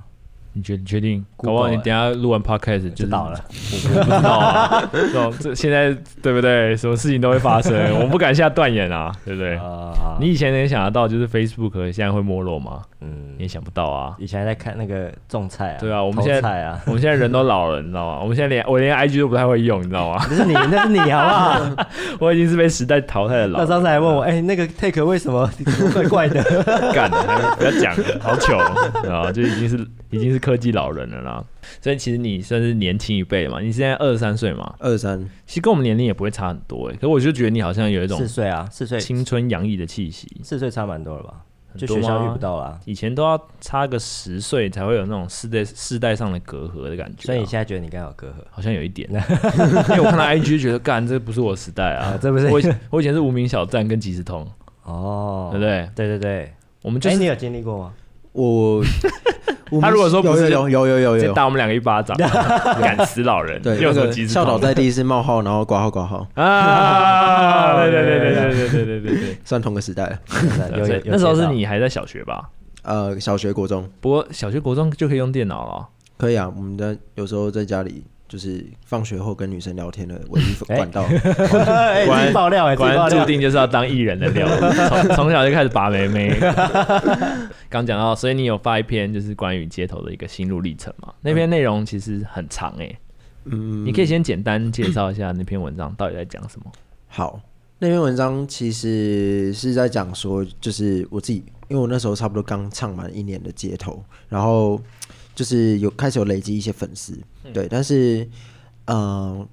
Speaker 1: 你确你确定？搞
Speaker 2: Google
Speaker 1: 不好你
Speaker 2: 欸
Speaker 1: 等一下录完 podcast
Speaker 2: 就
Speaker 1: 就
Speaker 2: 倒了，。
Speaker 1: 我不知道啊， 这种这现在对不对？什么事情都会发生， 我们不敢下断言啊，对不对？
Speaker 2: 啊，
Speaker 1: 你以前能想得到，就是 Facebook 现在会没落吗？
Speaker 2: 嗯
Speaker 1: 你也，想不到啊。
Speaker 2: 以前在看那个种菜啊，
Speaker 1: 对啊我们
Speaker 2: 偷
Speaker 1: 现在
Speaker 2: 菜啊，
Speaker 1: 我们现在人都老了，你知道吗？我们现在连我连 IG 都不太会用，你知 道吗？
Speaker 2: 那是你，那是你好不好？
Speaker 1: 我已经是被时代淘汰的老
Speaker 2: 那
Speaker 1: 人。
Speaker 2: 上次还问我，哎、那个 take 为什么 怪怪的？
Speaker 1: 干的，还不要讲了，好糗啊！就已经是已经是科技老人了啦。所以其实你算是年轻一辈嘛，你现在二十三岁嘛，
Speaker 3: 二三，
Speaker 1: 其实跟我们年龄也不会差很多哎、可我就觉得你好像有一种
Speaker 2: 四岁啊，四岁，
Speaker 1: 青春洋溢的气息，
Speaker 2: 四岁差蛮多了吧？就
Speaker 1: 很多
Speaker 2: 学校
Speaker 1: 吗
Speaker 2: 遇不到啦，
Speaker 1: 以前都要差个十岁才会有那种世代世代上的隔阂的感觉啊、
Speaker 2: 所以你现在觉得你跟他有隔阂？
Speaker 1: 好像有一点，因为我看到 IG 觉得干这不是我时代啊
Speaker 2: 啊，这不是
Speaker 1: 我以前我以前是无名小站跟即时通，
Speaker 2: 哦，
Speaker 1: 对不对？
Speaker 2: 对对对，
Speaker 1: 我们就
Speaker 2: 哎、
Speaker 1: 是
Speaker 2: 你有经历 过吗？
Speaker 3: 我我们
Speaker 1: 他如果说不
Speaker 3: 有
Speaker 1: 是
Speaker 3: 有有有有
Speaker 1: 直
Speaker 3: 有
Speaker 1: 接
Speaker 3: 有，
Speaker 1: 打我们两个一巴掌，赶死老人，
Speaker 3: 对，
Speaker 1: 又
Speaker 3: 那
Speaker 1: 嗯什么
Speaker 3: 个
Speaker 1: 即时
Speaker 3: 校
Speaker 1: 通
Speaker 3: 导在第一是冒号，然后挂号挂号，
Speaker 1: 啊，对对对对对对对对对。
Speaker 3: 算同个时代 了。
Speaker 2: 有有
Speaker 1: 所
Speaker 2: 有
Speaker 1: 以，那时候是
Speaker 2: 有接到
Speaker 1: 你还在小学吧？
Speaker 3: 呃，小学、国中
Speaker 1: 不过小学、国中就可以用电脑了。
Speaker 3: 可以啊，我们在有时候在家里就是放学后跟女生聊天的 唯一管道。
Speaker 2: 哎
Speaker 1: 果然
Speaker 2: 自己爆料哎，自
Speaker 1: 果
Speaker 2: 己爆
Speaker 1: 然注
Speaker 2: 料，
Speaker 1: 定就是要当艺人的料， 从从小就开始拔妹妹。 刚讲到，所以你有发一篇就是关于街头的一个心路历程嘛？那篇内容其实很长诶、
Speaker 3: 嗯，
Speaker 1: 你可以先简单介绍一下那篇文章到底在讲什么。
Speaker 3: 好，那篇文章其实是在讲说，就是我自己，因为我那时候差不多刚唱满一年的街头，然后就是有开始有累积一些粉丝，对，但是，嗯、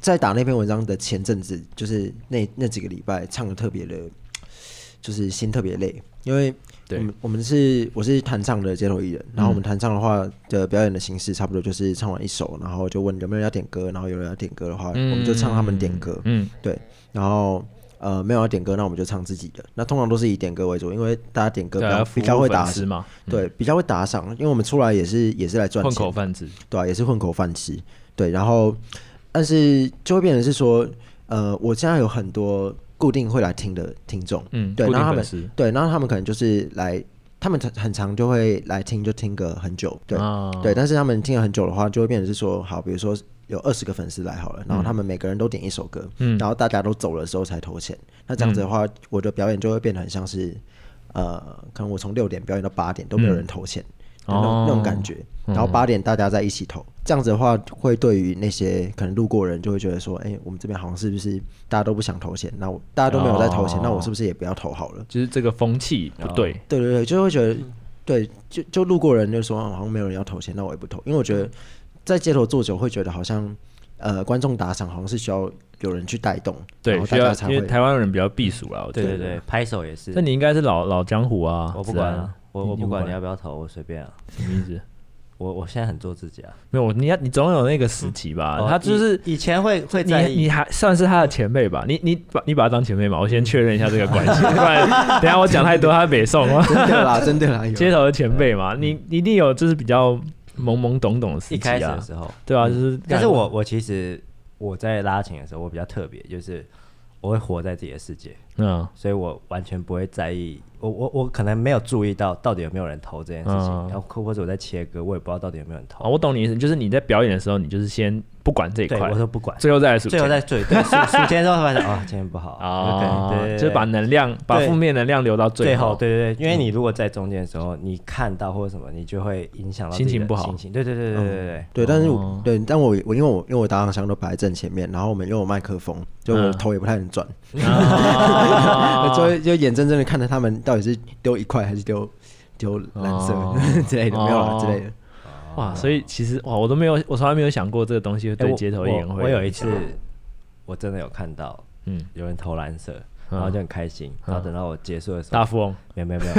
Speaker 3: 在打那篇文章的前阵子，就是那那几个礼拜唱的特别的，就是心特别累，因为
Speaker 1: 对
Speaker 3: 我们我们是我是弹唱的街头艺人，然后我们弹唱的话的表演的形式差不多就是唱完一首，然后就问有没有人要点歌，然后有人要点歌的话，嗯我们就唱他们点歌，
Speaker 1: 嗯，
Speaker 3: 对，然后呃没有要点歌，那我们就唱自己的。那通常都是以点歌为主，因为大家点歌比
Speaker 1: 对啊
Speaker 3: 较比较会
Speaker 1: 服
Speaker 3: 打
Speaker 1: 务粉丝
Speaker 3: 赏，
Speaker 1: 嘛，嗯
Speaker 3: 对，比较会打赏，因为我们出来也是也是来赚
Speaker 1: 混
Speaker 3: 钱
Speaker 1: 口，饭吃。
Speaker 3: 对、啊，也是混口饭吃，对。然后但是就会变成是说，呃，我现在有很多固定会来听的听众，
Speaker 1: 嗯，
Speaker 3: 对，
Speaker 1: 固
Speaker 3: 然
Speaker 1: 定
Speaker 3: 后
Speaker 1: 粉
Speaker 3: 他们
Speaker 1: 丝。
Speaker 3: 对，然后他们可能就是来，他们很常就会来听，就听个很久，对。
Speaker 1: 啊
Speaker 3: 对，但是他们听了很久的话，就会变成是说，好，比如说有二十个粉丝来好了，然后他们每个人都点一首歌，
Speaker 1: 嗯
Speaker 3: 然后大家都走了的时候才投钱。那这样子的话，我的表演就会变得很像是，呃，可能我从六点表演到八点都没有人投钱，就那种、
Speaker 1: 哦
Speaker 3: 那种感觉。然后八点大家在一起投，这样子的话，会对于那些可能路过的人就会觉得说，哎、我们这边好像是不是大家都不想投钱？那我大家都没有在投钱，
Speaker 1: 哦
Speaker 3: 那我是不是也不要投好了？
Speaker 1: 就是这个风气不对，
Speaker 3: 对对对，就会觉得，
Speaker 1: 嗯
Speaker 3: 对，就就路过人就说啊好像没有人要投钱，那我也不投，因为我觉
Speaker 1: 嗯
Speaker 3: 得在街头坐久会觉得好像，呃，观众打赏好像是需要有人去带动，然
Speaker 1: 对，
Speaker 3: 后
Speaker 1: 需
Speaker 3: 哦大
Speaker 1: 要
Speaker 3: 家才
Speaker 1: 因为
Speaker 3: 会。。
Speaker 1: 台湾人比较避暑啦，我觉
Speaker 2: 对
Speaker 1: 得。
Speaker 2: 对对，拍手也是
Speaker 1: 那，你应该是老老江湖啊，
Speaker 2: 我不管
Speaker 1: 子
Speaker 2: 啊
Speaker 1: 安，
Speaker 2: 我我不管你要不要投，我随便啊，
Speaker 1: 什么意思？
Speaker 2: 我我现在很做自己啊。
Speaker 1: 没有，你要你总有那个时期吧，
Speaker 2: 哦
Speaker 1: 啊他就是。
Speaker 2: 以以前会会
Speaker 1: 你
Speaker 2: 在
Speaker 1: 你
Speaker 2: 意，
Speaker 1: 还算是他的前辈吧？你你把你把他当前辈嘛？我先确认一下这个关系，不然等一下我讲太多他北宋啊
Speaker 3: 真 的啦，真的啦，有
Speaker 1: 街头的前辈嘛，你你一定有就是比较懵懵懂懂的时
Speaker 2: 嗯一
Speaker 1: 期
Speaker 2: 开始
Speaker 1: 啊
Speaker 2: 的，时候，嗯
Speaker 1: 对啊，就是。
Speaker 2: 但是我我其实我在拉琴的时候，我比较特别，就是我会活在自己的世界，
Speaker 1: 嗯
Speaker 2: 所以我完全不会在意，我我我可能没有注意到到底有没有人投这件事情，
Speaker 1: 嗯
Speaker 2: 然后或或者我在切歌，我也不知道到底有没有人
Speaker 1: 啊，
Speaker 2: 投。
Speaker 1: 我懂你意思，就是你在表演的时候，你就是先不管这一
Speaker 2: 对
Speaker 1: 块
Speaker 2: 我，说不管，
Speaker 1: 最后再来数
Speaker 2: 最后
Speaker 1: 钱
Speaker 2: 再对对数数今天之后发现啊，今天不好
Speaker 1: 啊，
Speaker 2: 对对对，
Speaker 1: 就是把能量把
Speaker 2: 对
Speaker 1: 负面能量留到
Speaker 2: 最
Speaker 1: 最嗯
Speaker 2: 后
Speaker 1: 后，
Speaker 2: 对对对，因为你如果在中间的时候，你看到或者什么，你就会影响到
Speaker 1: 心
Speaker 2: 自己
Speaker 1: 情
Speaker 2: 的
Speaker 1: 不好嗯
Speaker 2: 心情对对对对对对对。
Speaker 3: 对，但是我、
Speaker 1: 哦
Speaker 3: 对，但我我因为我因为我打赏箱都摆在正前面，然后我们又有麦克风，就我
Speaker 1: 嗯
Speaker 3: 头也不太 能转，
Speaker 1: 啊
Speaker 3: 就会就眼睁睁的看着他们到底是丢一块还是丢丢蓝色、
Speaker 1: 哦
Speaker 3: 之类的，没有啦
Speaker 1: 哦
Speaker 3: 之类的。
Speaker 1: 哇，所以其实哇，我都没有，我从来没有想过这个东西会
Speaker 2: 哎
Speaker 1: 对
Speaker 2: 我
Speaker 1: 街头艺人会
Speaker 2: 我我有一
Speaker 1: 影
Speaker 2: 次
Speaker 1: 响，
Speaker 2: 我真的有看到
Speaker 1: 嗯，
Speaker 2: 有人投蓝色，然后就很开心，然后等到我结束的时候
Speaker 1: 大，富翁，
Speaker 2: 没有没 有没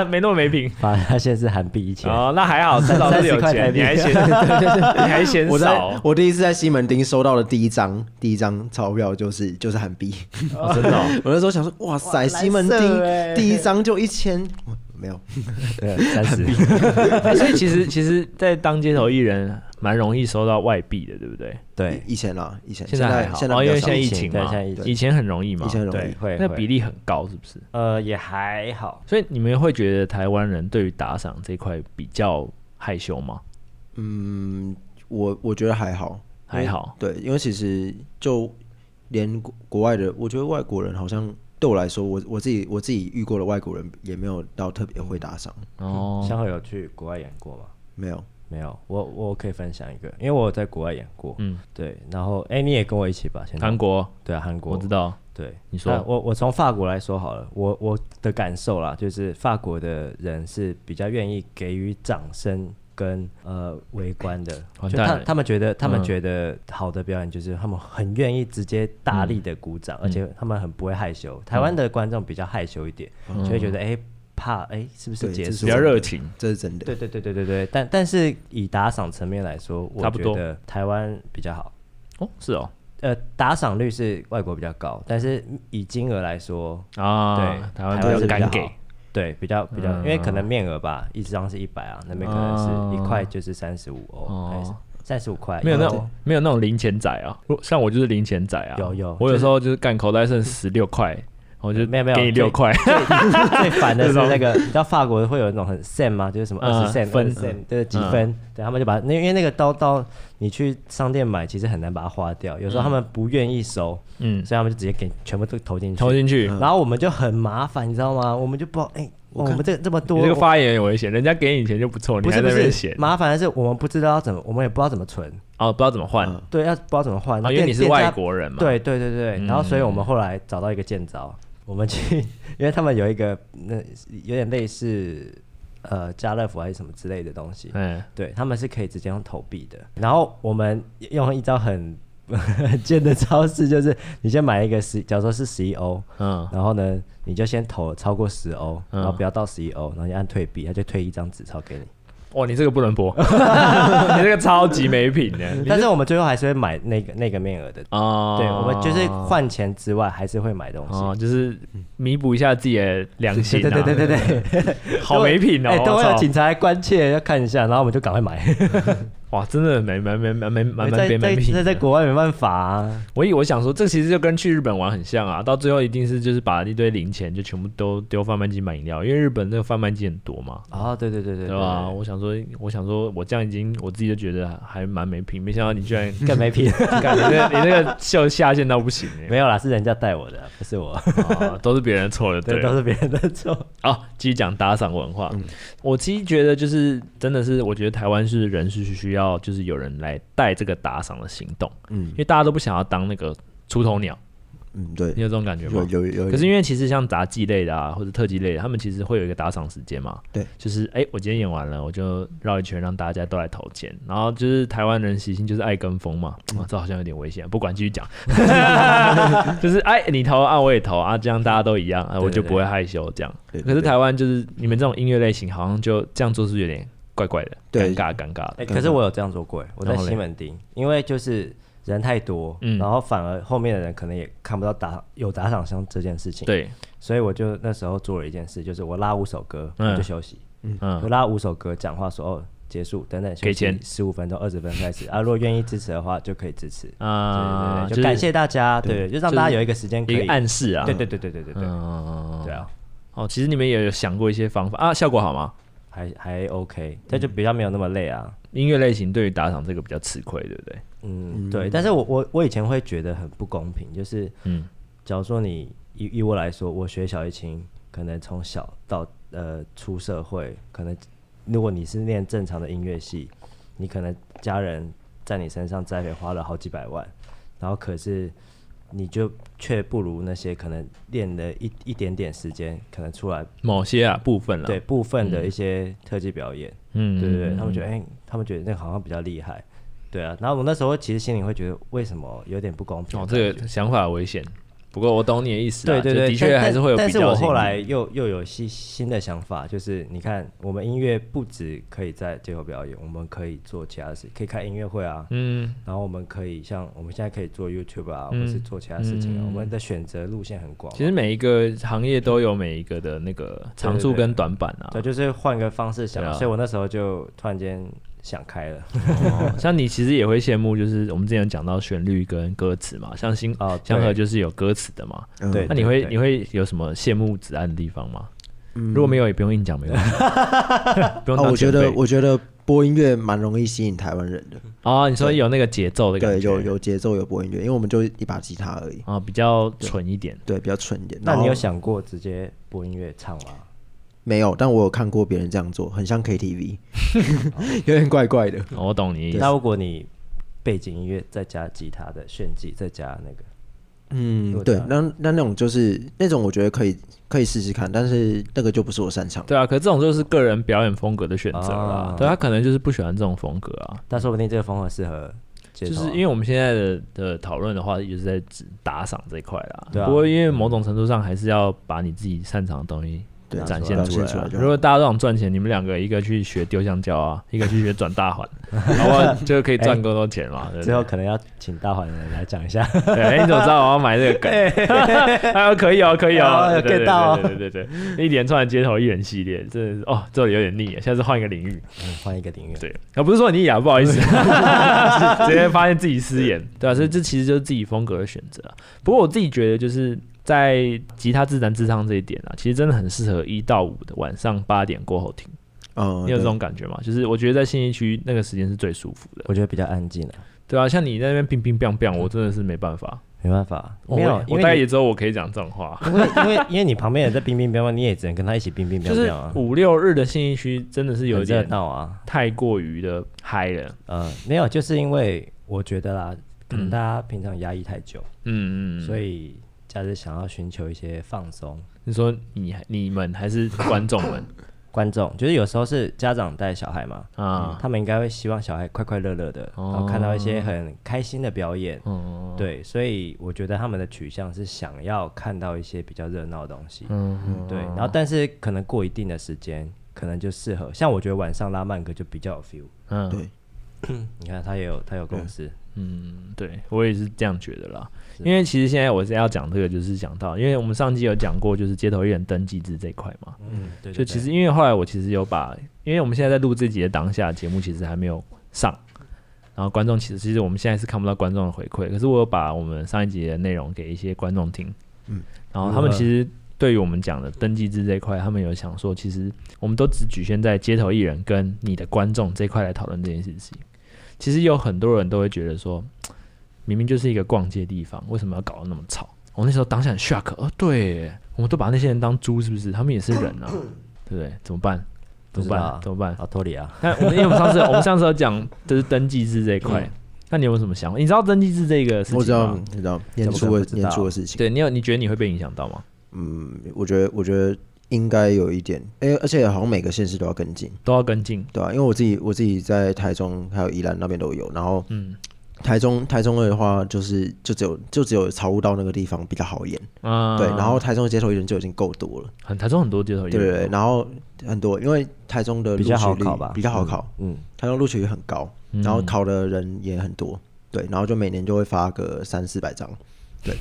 Speaker 2: 有，
Speaker 1: 没那么没品。
Speaker 2: 发现是韩币一千，
Speaker 1: 哦，那还好，至少是有
Speaker 2: 30块台
Speaker 1: 钱，
Speaker 2: 币
Speaker 1: 你还嫌 你还嫌
Speaker 3: 我
Speaker 1: 少
Speaker 3: 在我第一次在西门町收到的第一张第一张钞票就是就是 韩币，
Speaker 1: 哦真的哦
Speaker 3: 我那时候想说，哇塞，西门
Speaker 2: 蓝
Speaker 3: 町
Speaker 2: 色欸
Speaker 3: 第一张就一千，哇没有，
Speaker 2: 对，三十，
Speaker 1: 哎所以其 实其实，在当街头艺人蛮容易收到外币的，对不对？
Speaker 2: 对，
Speaker 3: 以前啦，以前
Speaker 1: 现
Speaker 3: 在
Speaker 1: 还好，
Speaker 3: 啊现在
Speaker 1: 哦，
Speaker 3: 比
Speaker 1: 因
Speaker 3: 较
Speaker 1: 为
Speaker 3: 少
Speaker 1: 现在疫
Speaker 2: 疫情
Speaker 1: 情
Speaker 2: 对
Speaker 1: 嘛
Speaker 2: 现在疫，情
Speaker 1: 以前很容易嘛
Speaker 3: 以，前容
Speaker 2: 对
Speaker 3: 易，
Speaker 2: 会
Speaker 1: 那
Speaker 2: 会
Speaker 1: 比例很高，是不是？
Speaker 2: 呃也还好，
Speaker 1: 所以你们会觉得台湾人对于打赏这块比较害羞吗？
Speaker 3: 嗯，我我觉得还好，
Speaker 1: 还好，
Speaker 3: 对，因为其实就连国国外的，我觉得外国人好像对我来说，我我自己我自己遇过的外国人也没有到特别会打赏，
Speaker 1: 哦，
Speaker 2: 香河有去国外演过吗？
Speaker 3: 没有，
Speaker 2: 没有，我我可以分享一个，因为我有在国外演过，
Speaker 1: 嗯，
Speaker 2: 对，然后哎你也跟我一起吧，现在
Speaker 1: 韩国
Speaker 2: 对啊韩国
Speaker 1: 我知道，
Speaker 2: 对，
Speaker 1: 你说
Speaker 2: 那我我从法国来说好了，我我的感受啦，就是法国的人是比较愿意给予掌声跟呃围观的，
Speaker 1: 完
Speaker 2: 就
Speaker 1: 蛋
Speaker 2: 他
Speaker 1: 了
Speaker 2: 他们觉得他们
Speaker 1: 嗯
Speaker 2: 觉得好的表演就是他们很愿意直接大
Speaker 1: 嗯
Speaker 2: 力的鼓掌，而且他们很不会害羞。台湾的观众比较害羞一点，
Speaker 1: 嗯
Speaker 2: 就会觉得哎、怕哎、是不是
Speaker 3: 对
Speaker 2: 结
Speaker 3: 这
Speaker 2: 束
Speaker 1: 比较
Speaker 2: 了？
Speaker 1: 热情，
Speaker 3: 这是真的。
Speaker 2: 对对对对对对，但但是以打赏层面来说，我
Speaker 1: 差不
Speaker 2: 觉
Speaker 1: 多
Speaker 2: 得台湾比较好。
Speaker 1: 哦，是哦，
Speaker 2: 呃，打赏率是外国比较高，但是以金额来说，
Speaker 1: 啊，
Speaker 2: 对，
Speaker 1: 台湾
Speaker 2: 湾
Speaker 1: 比
Speaker 2: 是
Speaker 1: 较
Speaker 2: 比较
Speaker 1: 敢
Speaker 2: 好
Speaker 1: 给，，
Speaker 2: 对，比较比较，
Speaker 1: 嗯
Speaker 2: 因为可能面额吧，一张是一百啊，那边可能是一块就是三十五欧，
Speaker 1: 哦
Speaker 2: 还是三十五块，
Speaker 1: 没有那
Speaker 2: 因为
Speaker 1: 种没有那种零钱仔啊，我像我就是零钱仔啊，
Speaker 2: 哎有有
Speaker 1: 我有时候就是干口袋剩十六块，我就
Speaker 2: 没有没有
Speaker 1: 给你
Speaker 2: 最
Speaker 1: 六块，
Speaker 2: 最最烦的是
Speaker 1: 这种
Speaker 2: 那个，你知道法国会有那种很 cent 吗？就是什么二
Speaker 1: 嗯
Speaker 2: 十 cent
Speaker 1: 分
Speaker 2: cent，对几分，对他们就把那因为那个刀刀，你去商店买其实很难把它花掉，有时候他们不愿意收，
Speaker 1: 嗯，
Speaker 2: 所以他们就直接给全部都投 进去，
Speaker 1: 投进去，嗯
Speaker 2: 然后我们就很麻烦，你知道吗？我们就不知道，哎，我们这这么多，
Speaker 1: 你这个
Speaker 2: 我
Speaker 1: 发言有危险，人家给你钱就不错，你
Speaker 2: 不
Speaker 1: 还
Speaker 2: 是
Speaker 1: 在
Speaker 2: 不
Speaker 1: 那边
Speaker 2: 是
Speaker 1: 写，
Speaker 2: 麻烦的是我们不知道要怎么，我们也不知道怎么存。
Speaker 1: 哦，不知道怎么换，
Speaker 3: 嗯
Speaker 2: 对，要不知道怎么换。
Speaker 1: 啊，因为
Speaker 2: 店
Speaker 1: 你是
Speaker 2: 店家
Speaker 1: 外国人嘛，，
Speaker 2: 对对对对，
Speaker 1: 嗯
Speaker 2: 然后所以我们后来找到一个建招，我们去，因为他们有一个那有点类似呃家乐福还是什么之类的东西，
Speaker 1: 嗯，
Speaker 2: 对他们是可以直接用投币的。然后我们用一招很 很贱的招式，就是你先买一个十，假如说是十一欧，
Speaker 1: 嗯，
Speaker 2: 然后呢你就先投超过十欧，
Speaker 1: 嗯
Speaker 2: 然后不要到十一欧，然后你按退币，他就退一张纸钞给你。
Speaker 1: 哇，哦你这个不能 播，你这个超级没品的，
Speaker 2: 但是我们最后还是会买那个那个面额的。
Speaker 1: 哦，
Speaker 2: 对，我们就是换钱之外，还是会买东西。
Speaker 1: 哦，就是弥补一下自己的良心，
Speaker 2: 对对对对
Speaker 1: 对，
Speaker 2: 对对，
Speaker 1: 好没品 哦，
Speaker 2: 哎，等
Speaker 1: 我
Speaker 2: 会
Speaker 1: 操
Speaker 2: 有警察来关切，要看一下，然后我们就赶快买。
Speaker 1: 哇，真的没没没没没蛮蛮
Speaker 2: 在
Speaker 1: 别
Speaker 2: 在
Speaker 1: 没品
Speaker 2: 在
Speaker 1: 的
Speaker 2: 在。国外没办法啊，
Speaker 1: 我以我想说，这其实就跟去日本玩很像啊，到最后一定是就是把一堆零钱就全部都丢贩卖机买饮料，因为日本那个贩卖机很多嘛，
Speaker 2: 哦，对对对对
Speaker 1: 对吧？我想说，我想说我这样已经我自己就觉得还蛮没品，没想到你居然
Speaker 2: 更 没品，
Speaker 1: 干你那你那个秀下限到不行欸、
Speaker 2: 没有啦，是人家带我的，不是我，
Speaker 1: 啊都是别人的错了， 对
Speaker 2: 对，
Speaker 1: 了，
Speaker 2: 都是别人的错。
Speaker 1: 哦，继续讲打赏文化。我其实觉得就是真的是，我觉得台湾是人是需要就是有人来带这个打赏的行动，
Speaker 3: 嗯
Speaker 1: 因为大家都不想要当那个出头鸟，
Speaker 3: 嗯，对
Speaker 1: 你，有这种感觉吗
Speaker 3: 有？有有，
Speaker 1: 可是因为其实像杂技类的啊，或者特技类的，他们其实会有一个打赏时间嘛。
Speaker 3: 对，
Speaker 1: 就是哎、我今天演完了，我就绕一圈让大家都来投钱。然后就是台湾人习性就是爱跟风嘛，
Speaker 2: 嗯
Speaker 1: 啊，这好像有点危险，不管继续讲， 就是哎、你投啊我也投啊，这样大家都一样，啊、我就不会害羞这样。
Speaker 3: 对
Speaker 1: 可
Speaker 3: 对
Speaker 1: 是台湾就是你们这种音乐类型，好像就这样做是有点怪怪的，尴
Speaker 3: 对
Speaker 1: 尬尴尬的。
Speaker 2: 哎，可是我有这样做过，哎我在
Speaker 1: 然后嘞
Speaker 2: 西门町，因为就是人太多，
Speaker 1: 嗯
Speaker 2: 然后反而后面的人可能也看不到打有打赏箱这件事情，，
Speaker 1: 对，
Speaker 2: 所以我就那时候做了一件事，就是我拉五首歌，
Speaker 1: 嗯
Speaker 2: 我就休息，
Speaker 1: 嗯
Speaker 2: 我拉五首歌讲话说哦结束等等，
Speaker 1: 给钱
Speaker 2: 十五分钟二十分钟开始啊，如果愿意支持的话就可以支持，
Speaker 1: 啊，
Speaker 2: 对对对，就感谢大家，对，就让大家有一个时间可
Speaker 1: 一个
Speaker 2: 以
Speaker 1: 暗示啊。
Speaker 2: 对对对对对对对，
Speaker 1: 嗯，
Speaker 2: 对啊，
Speaker 1: 哦，其实你们也有想过一些方法啊，效果好吗？
Speaker 2: 还还 OK，这就比较没有那么累啊，
Speaker 1: 音乐类型对于打赏这个比较吃亏，对不对？
Speaker 2: 嗯，对。但是我我我以前会觉得很不公平，就是
Speaker 1: 嗯
Speaker 2: 假如说你以以我来说，我学小提琴，可能从小到呃出社会，可能如果你是念正常的音乐系，你可能家人在你身上栽培花了好几百万，然后可是你就却不如那些可能练了一一点点时间，可能出来
Speaker 1: 某些啊部分啦，
Speaker 2: 对，部分的一些特技表演，
Speaker 1: 嗯
Speaker 2: 对对对，他们觉得哎、他们觉得那个好像比较厉害，对啊。然后我那时候其实心里会觉得为什么有点不公平的
Speaker 1: 哦，
Speaker 2: 感觉，
Speaker 1: 这个想法危险。不过我懂你的意思啊，
Speaker 2: 对对
Speaker 1: 就
Speaker 2: 对，
Speaker 1: 的确
Speaker 2: 但
Speaker 1: 还是会有比
Speaker 2: 但
Speaker 1: 较
Speaker 2: 但是
Speaker 1: 性。
Speaker 2: 我后来又又有新新的想法，就是你看，我们音乐不止可以在街头表演，我们可以做其他事，可以开音乐会啊，
Speaker 1: 嗯
Speaker 2: 然后我们可以像我们现在可以做 YouTube 啊，或是做其他事情啊，我们的选择路线很广
Speaker 1: 嗯
Speaker 2: 嘛。啊
Speaker 1: 其实每一个行业都有每一个的那个长处跟短板啊。
Speaker 2: 对，就是换个方式想，
Speaker 1: 对啊
Speaker 2: 所以我那时候就突然间想开了。
Speaker 1: 哦像你其实也会羡慕，就是我们之前有讲到旋律跟歌词嘛，像新
Speaker 2: 哦
Speaker 1: 香河
Speaker 2: 对
Speaker 1: 就是有歌词的嘛。
Speaker 3: 嗯
Speaker 2: 对
Speaker 1: 那你会
Speaker 2: 对
Speaker 1: 你会有什么羡慕子安的地方吗？如果没有也不用硬讲，没关 系。不用
Speaker 3: 啊，
Speaker 1: 当
Speaker 3: 嗯我觉
Speaker 1: 前
Speaker 3: 得
Speaker 1: 辈
Speaker 3: 我觉得播音乐蛮容易吸引台湾人的，
Speaker 1: 哦，你说有那个节奏的感
Speaker 3: 对，
Speaker 1: 觉，
Speaker 3: 有有节奏，有播音乐，因为我们就一把吉他而已，
Speaker 1: 啊，比较纯一点。
Speaker 3: 对，比较纯一点。
Speaker 2: 那
Speaker 3: 然
Speaker 2: 你
Speaker 3: 后
Speaker 2: 有想过直接播音乐唱吗？
Speaker 3: 没有？但我有看过别人这样做，很 像 KTV，有点怪怪的。
Speaker 1: 哦我懂你意思
Speaker 2: 那。如果你背景音乐再加吉他的炫技，再加那个，
Speaker 3: 嗯
Speaker 2: 如，果
Speaker 3: 对
Speaker 2: 这，样
Speaker 3: 那那那种就是那种，我觉得可以可以试试看，但是那个就不是我擅长的。
Speaker 1: 对啊，可是这种就是个人表演风格的选择啦
Speaker 2: 啊。
Speaker 1: 对他可能就是不喜欢这种风格啊。
Speaker 2: 但说不定这个风格适合街
Speaker 1: 就
Speaker 2: 头啊。
Speaker 1: 是 因为我们现在的的讨论的话，也是在指打赏这一块啦。
Speaker 2: 对啊
Speaker 1: 不过因为某种程度上还是要把你自己擅长的东西
Speaker 3: 对
Speaker 1: 展
Speaker 3: 拿
Speaker 1: 现
Speaker 3: 出
Speaker 1: 出
Speaker 3: 来
Speaker 1: 来
Speaker 3: 出来
Speaker 1: 啊。
Speaker 3: 就好
Speaker 1: 如果大家都想赚钱，你们两个一个去学丢香蕉啊，一个去学转大环， 然后就可以赚更多钱嘛。对不对
Speaker 2: 最后可能要请大环人来讲一下。
Speaker 1: 对，哎，你怎么知道我要买这个梗？ 哎呦，可以哦，可以哦
Speaker 2: 哦，有
Speaker 1: 对对
Speaker 2: get 到哦
Speaker 1: 对对对对对，一连串的街头艺人系列，真的是哦，这里有点腻了，下次换一个领域。
Speaker 2: 嗯换一个领域，
Speaker 1: 对，啊，不是说你哑，不好意 思，直接发现自己失言，对啊，所以这其实就是自己风格的选择啊、不过我自己觉得，就是在吉他自弹自唱这一点啊，其实真的很适合一到五的晚上八点过后听。
Speaker 2: 哦
Speaker 3: 嗯，
Speaker 1: 你有这
Speaker 3: 对
Speaker 1: 种感觉吗？就是我觉得在信义区那个时间是最舒服的，
Speaker 2: 我觉得比较安静了，
Speaker 1: 对啊，像你在那边乒乒乓乓，我真的是没办法，
Speaker 2: 没办法，
Speaker 1: 我
Speaker 2: 嗯没有，因
Speaker 1: 哦我大概
Speaker 2: 为
Speaker 1: 也只有我可以讲这种话。
Speaker 2: 你因为因为因为你旁边人在冰冰冰乓，你也只能跟他一起冰冰冰
Speaker 1: 就是
Speaker 2: 乓啊，
Speaker 1: 五六日的信义区真的是有
Speaker 2: 很热
Speaker 1: 点
Speaker 2: 闹啊，
Speaker 1: 太过于的嗨了，
Speaker 2: 呃，没有，就是因为我觉得啦，可
Speaker 1: 嗯
Speaker 2: 能大家平常压抑太久，
Speaker 1: 嗯嗯，
Speaker 2: 所
Speaker 1: 以
Speaker 2: 以假日想要寻求一些放松。
Speaker 1: 你说你你们还是观众们
Speaker 2: 观众就是有时候是家长带小孩嘛，
Speaker 1: 啊，
Speaker 2: 他们应该会希望小孩快快乐乐的，
Speaker 1: 哦
Speaker 2: 然后看到一些很开心的表演。
Speaker 1: 嗯
Speaker 2: 对，所以我觉得他们的取向是想要看到一些比较热闹的东西。
Speaker 1: 嗯
Speaker 2: 对，然后但是可能过一定的时间，可能就适合。像我觉得晚上拉曼歌就比较有 feel。
Speaker 1: 嗯
Speaker 3: 对
Speaker 2: 你看他也有他有公司，
Speaker 1: 嗯，对我也是这样觉得啦。因为其实现在我是要讲这个，就是讲到，因为我们上季有讲过，就是街头艺人登记制这一块嘛。
Speaker 2: 嗯，对
Speaker 1: 就其实因为后来我其实有把，因为我们现在在录这集的当下，节目其实还没有上，然后观众其实其实我们现在是看不到观众的回馈，可是我有把我们上一集的内容给一些观众听，
Speaker 3: 嗯
Speaker 1: 嗯，然后他们其实对于我们讲的登记制这一块，他们有想说，其实我们都只局限在街头艺人跟你的观众这一块来讨论这件事情。其实有很多人都会觉得说，明明就是一个逛街地方，为什么要搞得那么吵？我那时候当下很 shock，哦，对耶，我们都把那些人当猪，是不是？他们也是人 啊，对不对？怎么办？
Speaker 2: 不
Speaker 1: 怎
Speaker 2: 知
Speaker 1: 么
Speaker 2: 道
Speaker 1: 办
Speaker 2: 啊？
Speaker 1: 怎么办？
Speaker 2: 好脱离啊，
Speaker 1: 那我们因为我们上次我们上次有讲就是登记制这一块，那你有没有什么想法？你知道登记制这个事情吗？
Speaker 3: 嗯我知道，你知道年
Speaker 2: 怎么
Speaker 3: 初
Speaker 2: 可能
Speaker 3: 的
Speaker 2: 不知道
Speaker 3: 年初的事情，
Speaker 1: 啊对你有你觉得你会被影响到吗？
Speaker 3: 嗯，我觉得我觉得应该有一点，哎，而且好像每个县市都要跟进，
Speaker 1: 都要跟进，
Speaker 3: 对吧、啊因为我自己我自己在台中还有宜兰那边都有，然后
Speaker 1: 嗯
Speaker 3: 台中台中二的话，就是就只有就只有草悟道那个地方比较好演，
Speaker 1: 啊，
Speaker 3: 对，然后台中的街头艺人就已经够多了，
Speaker 1: 很台中很多街头艺
Speaker 3: 对
Speaker 1: 人，
Speaker 3: 对对，然后很多，因为台中的
Speaker 1: 呃
Speaker 2: 比较
Speaker 3: 录取
Speaker 2: 好
Speaker 3: 率
Speaker 2: 考吧
Speaker 3: 比较好考，
Speaker 2: 嗯，
Speaker 3: 台中录取率很高，然
Speaker 1: 嗯
Speaker 3: 后考的人也很多，对，然后就每年就会发个三四百张，
Speaker 2: 对，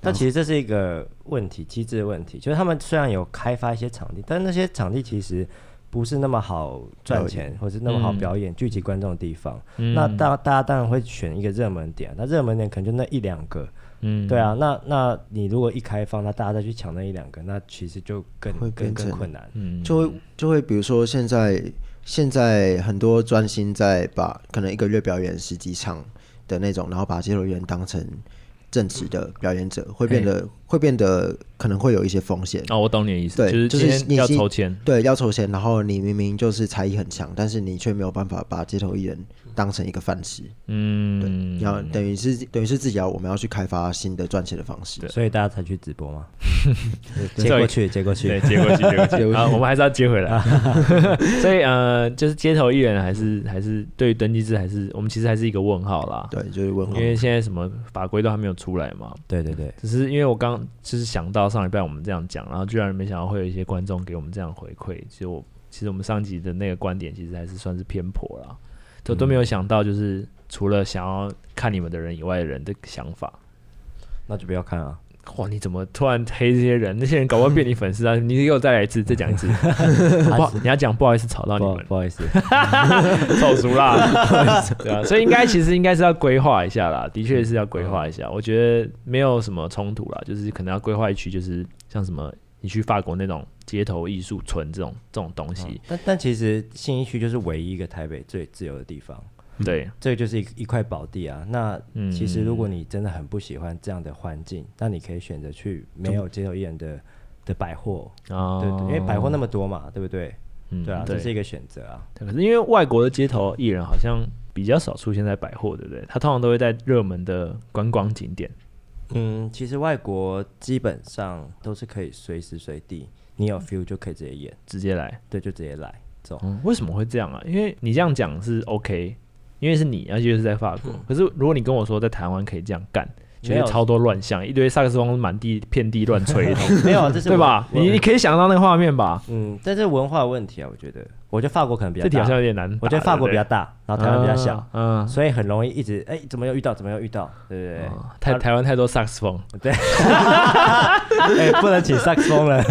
Speaker 2: 但
Speaker 1: 嗯
Speaker 2: 其实这是一个问题，机制的问题，就是他们虽然有开发一些场地，但那些场地其实不是那么好赚钱，或是那么好表
Speaker 1: 嗯
Speaker 2: 演、聚集观众的地方。那大大家当然会选一个热门点，那热门点可能就那一两个，
Speaker 1: 嗯，
Speaker 2: 对，啊，那那你如果一开放，那大家再去抢那一两个，那其实就更
Speaker 3: 会
Speaker 2: 更
Speaker 3: 变成
Speaker 2: 更困难。
Speaker 1: 嗯，
Speaker 3: 就会就会比如说现在现在很多专心在把可能一个月表演十几场的那种，然后把街头艺人当成正职的表演者，会变
Speaker 1: 哎
Speaker 3: 得会变得可能会有一些风险。
Speaker 1: 哦，我懂你的意思，
Speaker 3: 对
Speaker 1: 就是
Speaker 3: 就
Speaker 1: 今
Speaker 3: 是
Speaker 1: 天
Speaker 3: 你
Speaker 1: 要
Speaker 3: 是
Speaker 1: 筹钱，
Speaker 3: 对，要筹钱，然后你明明就是才艺很强，但是你却没有办法把街头艺人当成一个饭吃，
Speaker 1: 嗯，
Speaker 3: 要等于是等于是自己要我们要去开发新的赚钱的方式。
Speaker 1: 对
Speaker 2: 所以大家才去直 播嘛，
Speaker 1: 对
Speaker 2: 接过去，接过
Speaker 1: 对，
Speaker 2: 去。
Speaker 1: 接过去，接过去
Speaker 3: 接过去
Speaker 1: 啊，我们还是要接回来。 所以呃，就是街头艺人还是还是对于登记制还是我们其实还是一个问号啦，
Speaker 3: 对，就是问
Speaker 1: 因
Speaker 3: 号。
Speaker 1: 为现在什么法规都还没有出来嘛。
Speaker 2: 对对对，
Speaker 1: 只是因为我刚就是想到上礼拜我们这样讲，然后居然没想到会有一些观众给我们这样回馈，其实我其实我们上集的那个观点其实还是算是偏颇啦，都都
Speaker 3: 嗯
Speaker 1: 没有想到就是除了想要看你们的人以外的人的想法。
Speaker 2: 那就不要看啊。
Speaker 1: 哇！你怎么突然黑这些人？那些人搞不好变你粉丝 啊！你给我再来一次，再讲一次。不好，你要讲不好意思吵到你
Speaker 2: 不好
Speaker 1: 们，
Speaker 2: 不好意思，
Speaker 1: 臭熟啦。 对啊，所以应该其实应该是要规划一下啦，的确是要规划一下。我觉得没有什么冲突啦，就是可能要规划一区，就是像什么你去法国那种街头艺术村这种这种东西，
Speaker 2: 但但其实信义区就是唯一一个台北最自由的地方，
Speaker 1: 对，
Speaker 2: 这个就是一一块宝地啊。那
Speaker 1: 嗯
Speaker 2: 其实如果你真的很不喜欢这样的环境，那你可以选择去没有街头艺人的的百货，
Speaker 1: 啊
Speaker 2: 对嗯对，因为百货那么多嘛，对不对？
Speaker 1: 嗯
Speaker 2: 对啊，这
Speaker 1: 对
Speaker 2: 是一个选择啊。
Speaker 1: 对可是因为外国的街头艺人好像比较少出现在百货，对不对？他通常都会在热门的观光景点。
Speaker 2: 嗯，其实外国基本上都是可以随时随地，你
Speaker 1: 嗯
Speaker 2: 有 feel 就可以直接演，
Speaker 1: 直接来，
Speaker 2: 对，就直接来这种。
Speaker 1: 嗯，为什么会这样啊？因为你这样讲是 OK，因为是你，而且是在法国。可是如果你跟我说在台湾可以这样干，觉
Speaker 2: 嗯没
Speaker 1: 得
Speaker 2: 有
Speaker 1: 超多乱象，一堆萨克斯风满地遍地乱吹，
Speaker 2: 没有啊，这是
Speaker 1: 对吧？
Speaker 2: 文
Speaker 1: 你你可以想到那个画面吧？
Speaker 2: 嗯，但是文化问题啊，我觉得，我觉得法国可能比较
Speaker 1: 这题好像
Speaker 2: 大，
Speaker 1: 有点难答。
Speaker 2: 我觉得法国比较
Speaker 1: 对
Speaker 2: 大，然
Speaker 1: 不对
Speaker 2: 后台湾比较小，，
Speaker 1: 嗯，
Speaker 2: 所以很容易一直哎、怎么又遇到，怎么又遇到，对不对？
Speaker 1: 哦太台湾太多萨克斯风，
Speaker 2: 对， 哎、不能请萨克斯风了。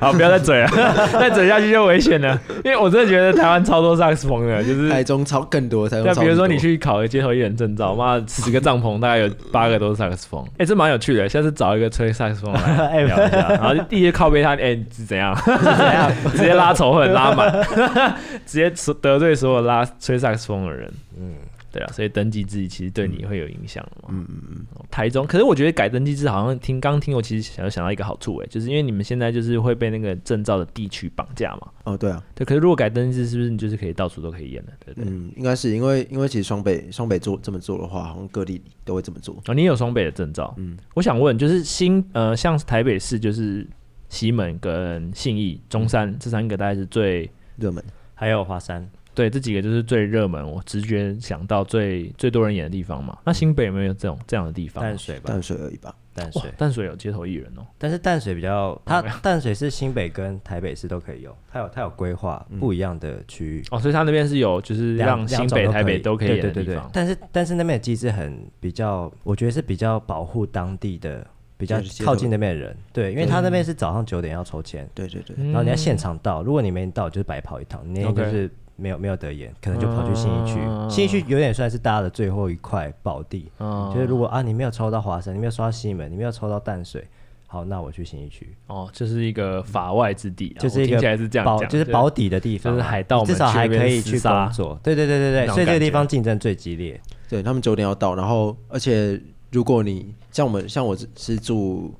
Speaker 1: 好，不要再嘴了， 再嘴下去就危险了。因为我真的觉得台湾超多萨克斯风的，就是
Speaker 3: 台中超更多，台中
Speaker 1: 那
Speaker 3: 超
Speaker 1: 啊比如
Speaker 3: 更
Speaker 1: 说
Speaker 3: 多
Speaker 1: 你去考个街头艺人证照，妈十个帐篷大概有八个都是萨克斯 风，哎、这蛮有趣的。下次找一个吹萨克斯风来
Speaker 2: 哎
Speaker 1: 聊一下，然后第一靠背他，哎、你是怎样？ 直接拉仇恨拉满， 直接得罪所有拉吹萨克斯风的人。嗯
Speaker 2: 嗯，
Speaker 1: 对啊，所以登记制其实对你会有影响嘛。嗯嗯嗯。台中，可是我觉得改登记制好像听刚听，我其实想想到一个好处、哎，就是因为你们现在就是会被那个证照的地区绑架嘛。
Speaker 3: 哦，对啊，
Speaker 1: 对，可是如果改登记制，是不是你就是可以到处都可以演了？对不对？
Speaker 3: 嗯，应该是因为因为其实双北双北做这么做的话，好像各地都会这么做。
Speaker 1: 哦，你也有双北的证照，嗯，我想问，就是新呃，像台北市就是西门跟信义、中山、
Speaker 2: 嗯
Speaker 1: 这三个，大概是最
Speaker 3: 热门
Speaker 2: 还有华山，
Speaker 1: 对这几个就是最热门，我直觉想到最最多人演的地方嘛。那新北有没有这种这样的地方？
Speaker 2: 淡水吧
Speaker 3: 淡，水而已吧。
Speaker 2: 淡
Speaker 1: 哇
Speaker 2: 水，。
Speaker 1: 淡水有街头艺人哦，
Speaker 2: 但是淡水比较，它淡水是新北跟台北市都可以用，它有它有规划不一样的区域，
Speaker 1: 哦，所以他那边是有就是
Speaker 2: 两
Speaker 1: 嗯让新北、台北都可以演的
Speaker 2: 对
Speaker 1: 地
Speaker 2: 对对对
Speaker 1: 方。
Speaker 2: 但是但是那边的机制很比较，我觉得是比较保护当地的，比较
Speaker 3: 就是街头
Speaker 2: 靠近那边的人，对，因为他那边是早上九点要抽签，
Speaker 3: 对对对，
Speaker 1: 嗯
Speaker 2: 然后你要现场到，如果你没到，就是白跑一趟，你那天
Speaker 1: OK
Speaker 2: 就是没有没有得演，可能就跑去新一区
Speaker 1: 啊，
Speaker 2: 新一区有点算是大家的最后一块宝地，
Speaker 1: 嗯
Speaker 2: 就是如果啊你没有抽到华山，你没有抽到西门，你没有抽到淡水。好，那我去新一区，
Speaker 1: 哦，就是一个法外之地啊，
Speaker 2: 就是
Speaker 1: 我
Speaker 2: 一
Speaker 1: 听
Speaker 2: 个
Speaker 1: 起来是这样
Speaker 2: 保
Speaker 1: 讲，
Speaker 2: 就是保底的地方啊，
Speaker 1: 就是海盗们
Speaker 2: 至少还可以
Speaker 1: 去
Speaker 2: 去
Speaker 1: 那边厮杀
Speaker 2: 工作。对对对对
Speaker 1: 那
Speaker 2: 对，
Speaker 1: 种
Speaker 2: 所以这
Speaker 1: 感
Speaker 2: 个
Speaker 1: 觉
Speaker 2: 地方竞争最激烈。
Speaker 3: 对他们九点要到，然后而且如果你像我们像我是住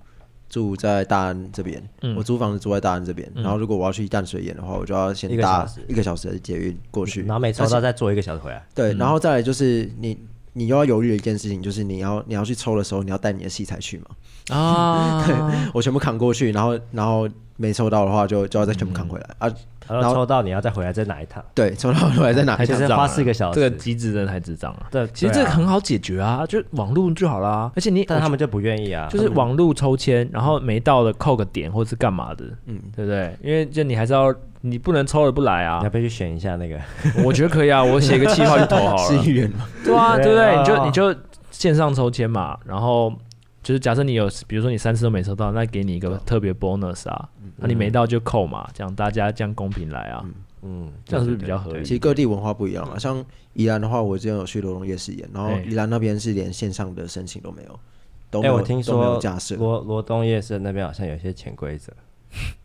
Speaker 3: 住在大安这边，我租房子住在大安这边，然后如果我要去淡水演的话，我就要先
Speaker 2: 一个小
Speaker 3: 搭
Speaker 2: 时
Speaker 3: 一个小时的捷运过去，
Speaker 2: 然后每抽到再坐一个小时回来。
Speaker 3: 对，然后再来就是你。你又要犹豫的一件事情，就是你要你要去抽的时候，你要带你的器材去嘛？
Speaker 1: 啊，
Speaker 3: 我全部扛过去，然后然后没抽到的话就，就要再全部扛回来、啊。
Speaker 2: 然后抽到你要再回来再拿一趟，
Speaker 3: 对，抽到回来在哪？啊
Speaker 1: 太
Speaker 2: 就
Speaker 1: 智
Speaker 2: 是
Speaker 1: 障
Speaker 2: 花
Speaker 1: 了
Speaker 2: 四个小
Speaker 1: 这
Speaker 2: 时。
Speaker 1: 个机制真的太智障了。
Speaker 2: 对
Speaker 1: 其实
Speaker 2: 对
Speaker 1: 这
Speaker 2: 啊
Speaker 1: 个很好解决啊，就网络就好啦。而且你，
Speaker 2: 但他们就不愿意啊。
Speaker 1: 就是网络抽签，然后没到的扣个点或是干嘛的，嗯
Speaker 3: 嗯，
Speaker 1: 对不对？因为就你还是要，你不能抽了不来
Speaker 2: 你
Speaker 1: 啊
Speaker 2: 要。不要去选一下那个？
Speaker 1: 我觉得可以啊，我写个计划去投好
Speaker 3: 市
Speaker 1: 了
Speaker 3: 议。员嘛，
Speaker 1: 对啊，对不对？
Speaker 2: 对
Speaker 1: 你就
Speaker 2: 啊
Speaker 1: 你就线上抽签嘛，然后就是假设你有，比如说你三次都没抽到，那给你一个特别 bonus 啊，那你没到就扣嘛，这样大家这样公平来啊。
Speaker 2: 嗯，
Speaker 1: 这样是不是比较合
Speaker 3: 其
Speaker 1: 理？
Speaker 3: 实各地文化不一样嘛，啊像宜兰的话，我之前有去罗东夜市演，然后
Speaker 1: 哎
Speaker 3: 宜兰那边是连线上的申请都没有，都没
Speaker 2: 哎，
Speaker 3: 有，
Speaker 2: 我听
Speaker 3: 都没
Speaker 2: 说
Speaker 3: 有架设。
Speaker 2: 罗罗东夜市那边好像有一些潜 规则，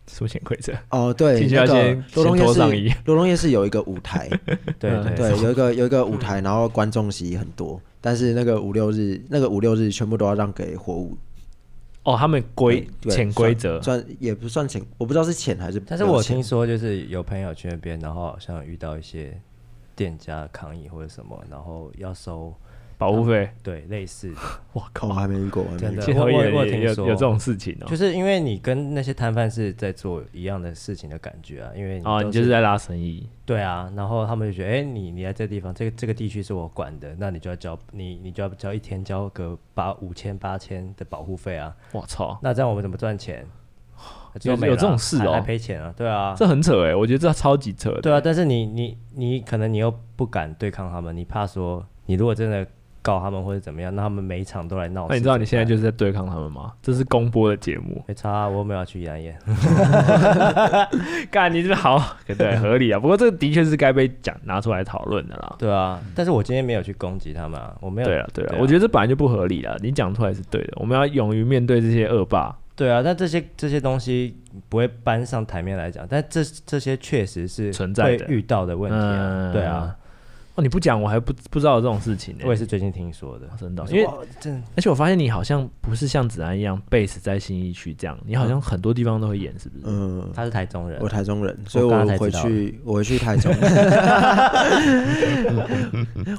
Speaker 1: 什么潜规则？
Speaker 3: 哦，对，
Speaker 1: 进去
Speaker 3: 那
Speaker 1: 要
Speaker 3: 个
Speaker 1: 先
Speaker 3: 罗东
Speaker 1: 先脱上
Speaker 3: 夜
Speaker 1: 衣
Speaker 3: 市，罗东夜市有一个舞台，
Speaker 2: 对
Speaker 1: 嗯
Speaker 3: 对，有一个有一个舞台，然后观众席很多，但是那个五六日，那个五六日全部都要让给火舞
Speaker 1: 哦，他们规
Speaker 3: 对
Speaker 1: 潜规则，
Speaker 3: 算算也不算钱，我不知道是钱还是不
Speaker 2: 但
Speaker 3: 要钱。
Speaker 2: 是我听说就是有朋友去那边，然后好像遇到一些店家抗议或者什么，然后要收
Speaker 1: 保护费。
Speaker 2: 对类似 的，
Speaker 1: 我
Speaker 3: 靠，哦我还没遇过，我还没遇
Speaker 2: 真
Speaker 3: 过
Speaker 2: 的
Speaker 1: 街头艺人
Speaker 2: 我我我
Speaker 1: 也
Speaker 2: 听
Speaker 1: 有
Speaker 2: 说
Speaker 1: 有这种事情哦
Speaker 2: 就。是因为你跟那些摊贩是在做一样的事情的感觉啊，因为
Speaker 1: 啊，
Speaker 2: 都
Speaker 1: 你就是在拉生意，
Speaker 2: 对啊，然后他们就觉得，哎、你你来这地方，这个这个地区是我管的，那你就要交你你就要交一天交个八五千八千的保护费啊，
Speaker 1: 我操，
Speaker 2: 那这样我们怎么赚钱？
Speaker 1: 有
Speaker 2: 就没了啊
Speaker 1: 有这种事哦
Speaker 2: 还还赔钱啊？对啊，
Speaker 1: 这很扯哎，我觉得这超级扯的。
Speaker 2: 对啊，但是你你你可能你又不敢对抗他们，你怕说你如果真的告他们或者怎么样，那他们每一场都来闹事。
Speaker 1: 那你知道你现在
Speaker 2: 就
Speaker 1: 就是在对抗他们吗？这是公播的节 目，
Speaker 2: 没差啊、我又没有要去演演。
Speaker 1: 干你这好， 对，合理啊。不过这的确是该被讲拿出来讨论的啦。
Speaker 2: 对啊，但是我今天没有去攻击他们、啊，我没有。
Speaker 1: 嗯对啊，对啊
Speaker 2: 对，啊
Speaker 1: 我觉得这本来就不合理啦。你讲出来是对的，我们要勇于面对这些恶霸。
Speaker 2: 对啊，但这些这些东西不会搬上台面来讲，但这这些确实是
Speaker 1: 存在的
Speaker 2: 会遇到的问题啊。
Speaker 1: 嗯
Speaker 2: 对啊，，
Speaker 1: 哦，你不讲我还不不知道有这种事情呢。欸
Speaker 2: 我也是最近听说的
Speaker 1: 哦，真的哦，因
Speaker 2: 因
Speaker 1: 为
Speaker 2: 为真
Speaker 1: 而且我发现你好像不是像子安一样 base 在新一区这样，你好像很多地方都会演，是不是？
Speaker 3: 嗯，
Speaker 2: 他是台中人
Speaker 3: 我，台中人，所以
Speaker 2: 我刚
Speaker 3: 我
Speaker 2: 才才
Speaker 3: 回
Speaker 2: 知道
Speaker 3: 去，我回去 台中，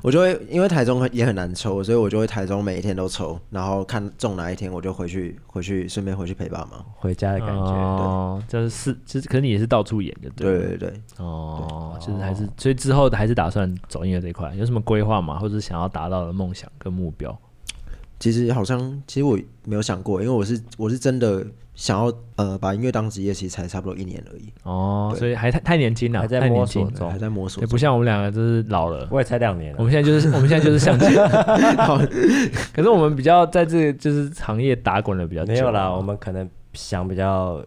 Speaker 3: 我就会因为台中很也很难抽，所以我就会台中每一天都抽，然后看中哪一天我就回去，回去顺便回去陪爸妈。
Speaker 2: 回家的感觉。
Speaker 1: 哦，就是是，就是，可是你也是到处演，就对
Speaker 3: 对
Speaker 1: 了。
Speaker 3: 对对，
Speaker 1: 哦，就是还是，所以之后还是打算走音乐这一块，有什么规划吗？或者是想要达到的梦想跟目标？
Speaker 3: 其实好像其实我没有想过，因为我是我是真的想要呃把音乐当职业，其实才差不多一年而已，
Speaker 1: 哦，
Speaker 3: 对
Speaker 1: 所以还太太年轻了，
Speaker 2: 还在
Speaker 1: 太年
Speaker 2: 摸索
Speaker 1: 轻了
Speaker 2: 中
Speaker 3: 还在摸索
Speaker 1: 对，
Speaker 3: 中。
Speaker 1: 不像我们两个就是老了。
Speaker 2: 我也才两年
Speaker 1: 我
Speaker 2: 了，
Speaker 1: 们现在就是我们现在就是 向前， 可是我们比较在这个就是行业打滚的比较久。哦
Speaker 2: 没有啦，我们可能想比较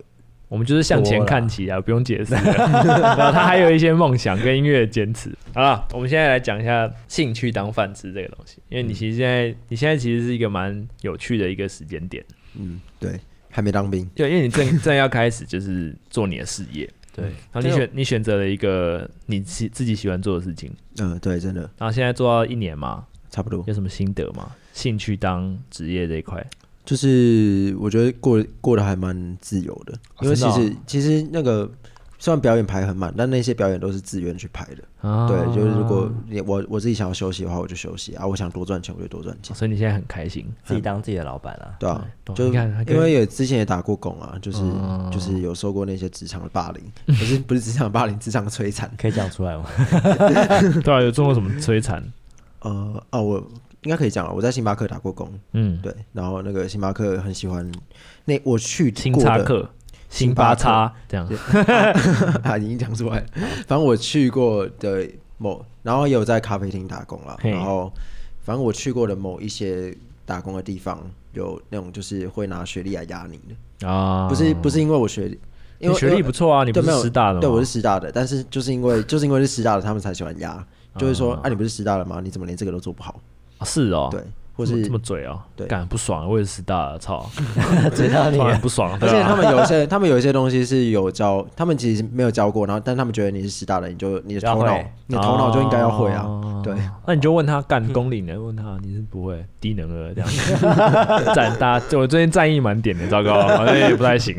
Speaker 1: 我们就是向前看齐啊，不用解释了。 然后他还有一些梦想跟音乐的坚持。好了，我们现在来讲一下兴趣当饭吃这个东西，因为你其实现在你现在其实是一个蛮有趣的一个时间点，
Speaker 3: 嗯，对，还没当兵，
Speaker 1: 就因为你 正正要开始就是做你的事业，
Speaker 2: 对，
Speaker 1: 然后你
Speaker 2: 这
Speaker 1: 选你选择了一个你自自己喜欢做的事情，
Speaker 3: 嗯、对，真的
Speaker 1: 然后现在做到一年嘛，
Speaker 3: 差不多。
Speaker 1: 有什么心得吗？兴趣当职业这一块，
Speaker 3: 就是我觉得过过得还蛮自由的，因为
Speaker 1: 真
Speaker 3: 其
Speaker 1: 的
Speaker 3: 实、
Speaker 1: 哦
Speaker 3: 其实那个虽然表演排很满，但那些表演都是自愿去排的。
Speaker 1: 啊
Speaker 3: 对，就是如果你我我自己想要休息的话，我就休息啊；我想多赚钱，我就多赚
Speaker 1: 哦
Speaker 3: 钱。
Speaker 1: 所以你现在很开心，
Speaker 2: 自己当自己的老板啊。
Speaker 3: 对啊，
Speaker 1: 懂
Speaker 3: 就
Speaker 1: 哦你看
Speaker 3: 因为也之前也打过工啊，就是、
Speaker 1: 哦
Speaker 3: 就是有受过那些职场的霸凌，不是不是职场的霸凌，职场的 摧残。
Speaker 2: 可以讲出来吗？
Speaker 1: 对啊，有做过什么摧残？
Speaker 3: 呃，哦，我应该可以讲了，我在星巴克打过工，
Speaker 1: 嗯，
Speaker 3: 对，然后那个星巴克很喜欢那我去
Speaker 1: 星
Speaker 3: 过
Speaker 1: 巴
Speaker 3: 的，
Speaker 1: 克、
Speaker 3: 星
Speaker 1: 星巴
Speaker 3: 巴
Speaker 1: 叉这样。
Speaker 3: 啊，已经讲出来了。反正我去过的某，然后也有在咖啡厅打工啦。
Speaker 1: 嘿
Speaker 3: 然后，反正我去过的某一些打工的地方，有那种就是会拿学历来压你的，
Speaker 1: 啊，
Speaker 3: 不是不是因为我学历，
Speaker 1: 你
Speaker 3: 因为
Speaker 1: 学历不错啊，你不
Speaker 3: 对
Speaker 1: 是
Speaker 3: 没有
Speaker 1: 师大的吗？
Speaker 3: 对，我是师大的，但是就是因为 就是因为是师大的，他们才喜欢压，就是说，啊，你不是师大的吗？你怎么连这个都做不好？
Speaker 1: 啊是哦，
Speaker 3: 对，或
Speaker 1: 这么
Speaker 3: 是
Speaker 1: 这么嘴哦，
Speaker 3: 对
Speaker 1: 干不爽，我也是师大的， 操，
Speaker 2: 知道你
Speaker 1: 突然不爽，
Speaker 3: 而
Speaker 1: 对啊
Speaker 3: 且
Speaker 1: 吧？
Speaker 3: 他们 有一些，他们有一些东西是有教，他们其实没有教过，然后但他们觉得你是师大的，你就你的头
Speaker 2: 要
Speaker 3: 脑
Speaker 2: 会，
Speaker 3: 你的头脑就应该要会
Speaker 1: 哦
Speaker 3: 啊，对。
Speaker 1: 那你就问他干公理 呢？问他你是不会低能儿这样， 战大家我最近战意满点的，糟 糕，好像也不太行。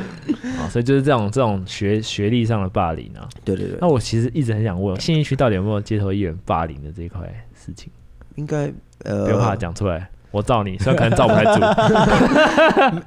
Speaker 1: 啊，所以就是这种这种学学历上的霸凌啊。
Speaker 3: 对对对
Speaker 1: 那，我其实一直很想问，信义区到底有没有街头艺人霸凌的这一块事情？
Speaker 3: 应该
Speaker 1: 不要怕
Speaker 3: 呃，
Speaker 1: 讲出来，我罩你，虽然可能罩不太住。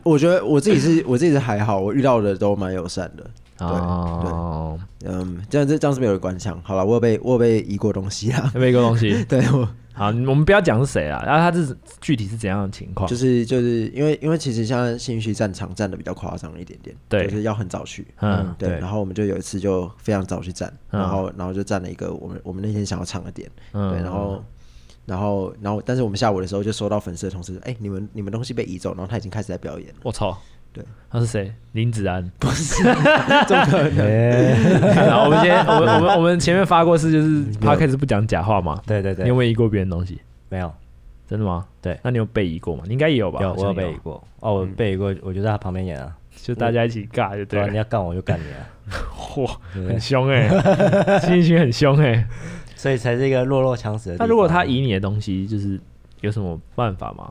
Speaker 3: 我觉得我自 己是，我自己是还好，我遇到的都蛮友善的。
Speaker 1: 哦，
Speaker 3: 嗯，这样这这样是没有人关腔。好了，我有被我有被移过东西 啊。
Speaker 1: 那边一个东西，
Speaker 3: 对我
Speaker 1: 好，我们不要讲是谁啦，然后他是具体是怎样的情况？
Speaker 3: 就是就是因为因为其实现在新区战场站的比较夸张一点点，
Speaker 1: 对
Speaker 3: 就是要很早去。
Speaker 1: 嗯，
Speaker 3: 对，
Speaker 2: 对
Speaker 3: 然后我们就有一次就非常早去站，
Speaker 1: 嗯
Speaker 3: 然后然后就站了一个我们我们那天想要唱的点，
Speaker 1: 嗯
Speaker 3: 对，然后然后然后但是我们下午的时候就收到粉丝的通知，哎，你们你们东西被移走，然后他已经开始在表演了，
Speaker 1: 我操，
Speaker 3: 对，
Speaker 1: 他是谁？林子 安。
Speaker 3: 不是，怎么可能？
Speaker 2: 哎
Speaker 1: 然后我们今天，我们我们我们前面发过是就是他开始不讲假话嘛？
Speaker 2: 对对
Speaker 1: 你有
Speaker 2: 对，
Speaker 1: 没有移过别人东西？
Speaker 2: 没有，
Speaker 1: 真的吗？
Speaker 2: 对
Speaker 1: 那你有被移过吗？你应该也有吧？
Speaker 2: 有
Speaker 1: 好
Speaker 2: 我
Speaker 1: 像
Speaker 2: 有背过，哦，我背过，我就在他旁边演啊，
Speaker 1: 就大家一起尬就
Speaker 2: 对
Speaker 1: 对
Speaker 2: 吧？你
Speaker 1: 了。
Speaker 2: 要干我就干你啊，
Speaker 1: 嚯，
Speaker 2: 对不对
Speaker 1: 很？凶 哎，信息很凶哎。
Speaker 2: 所以才是一个弱肉强食的地方。
Speaker 1: 那如果他移你的东西，就是有什么办法吗？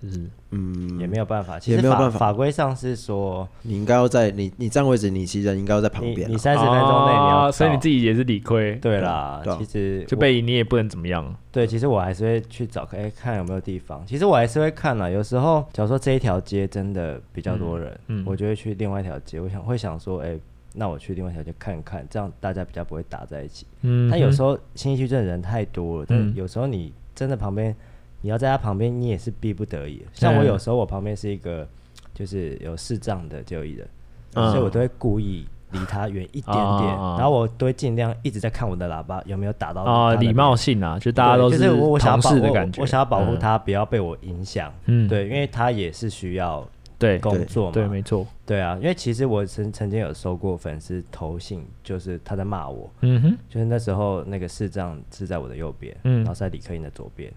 Speaker 1: 就是
Speaker 3: 嗯，
Speaker 2: 也没有办法，其
Speaker 3: 也
Speaker 2: 实
Speaker 3: 没有
Speaker 2: 法
Speaker 3: 办法
Speaker 2: 法规上是说，
Speaker 3: 你应该要在你你站位置，你其实人应该要在旁
Speaker 2: 你
Speaker 3: 边
Speaker 2: 你
Speaker 3: 啊。
Speaker 2: 三十分钟内你要
Speaker 1: 哦
Speaker 2: 到，
Speaker 1: 所以你自己也是理亏，
Speaker 2: 对啦
Speaker 3: 对啊，
Speaker 2: 其实
Speaker 1: 就
Speaker 2: 我
Speaker 1: 被移你也不能怎么样。
Speaker 2: 对，其实我还是会去找，哎，看有没有地方。其实我还是会看啦，有时候假如说这一条街真的比较多人，
Speaker 1: 嗯嗯
Speaker 2: 我就会去另外一条街，我想会想说，哎，那我去另外一条街看看，这样大家比较不会打在一起。
Speaker 1: 嗯
Speaker 2: 但有时
Speaker 1: 候
Speaker 2: 候新一区真的人太多了，但
Speaker 1: 嗯
Speaker 2: 有时候你真的旁边，你要在他旁边，你也是逼不得已的。
Speaker 1: 嗯
Speaker 2: 像我有时候我旁边是一个就是有视障的就医人，
Speaker 1: 嗯
Speaker 2: 所以我都会故意离他远一点点，
Speaker 1: 啊啊啊
Speaker 2: 然后我都会尽量一直在看我的喇叭有没有打到
Speaker 1: 啊，
Speaker 2: 他的
Speaker 1: 礼貌性啊，就大家
Speaker 2: 对
Speaker 1: 都
Speaker 2: 就是我我想要
Speaker 1: 同
Speaker 2: 保
Speaker 1: 事的
Speaker 2: 我
Speaker 1: 感觉，
Speaker 2: 我想要保护
Speaker 1: 嗯，
Speaker 2: 他不要被我影响，
Speaker 1: 嗯
Speaker 2: 对，因为他也是需要
Speaker 1: 对
Speaker 2: 工作嘛，
Speaker 1: 对，没错，
Speaker 2: 对啊，因为其实我曾曾经有收过粉丝投信，就是他在骂我，
Speaker 1: 嗯哼，
Speaker 2: 就是那时候那个视障是在我的右边，
Speaker 1: 嗯
Speaker 2: 然后是在李克英的左 边，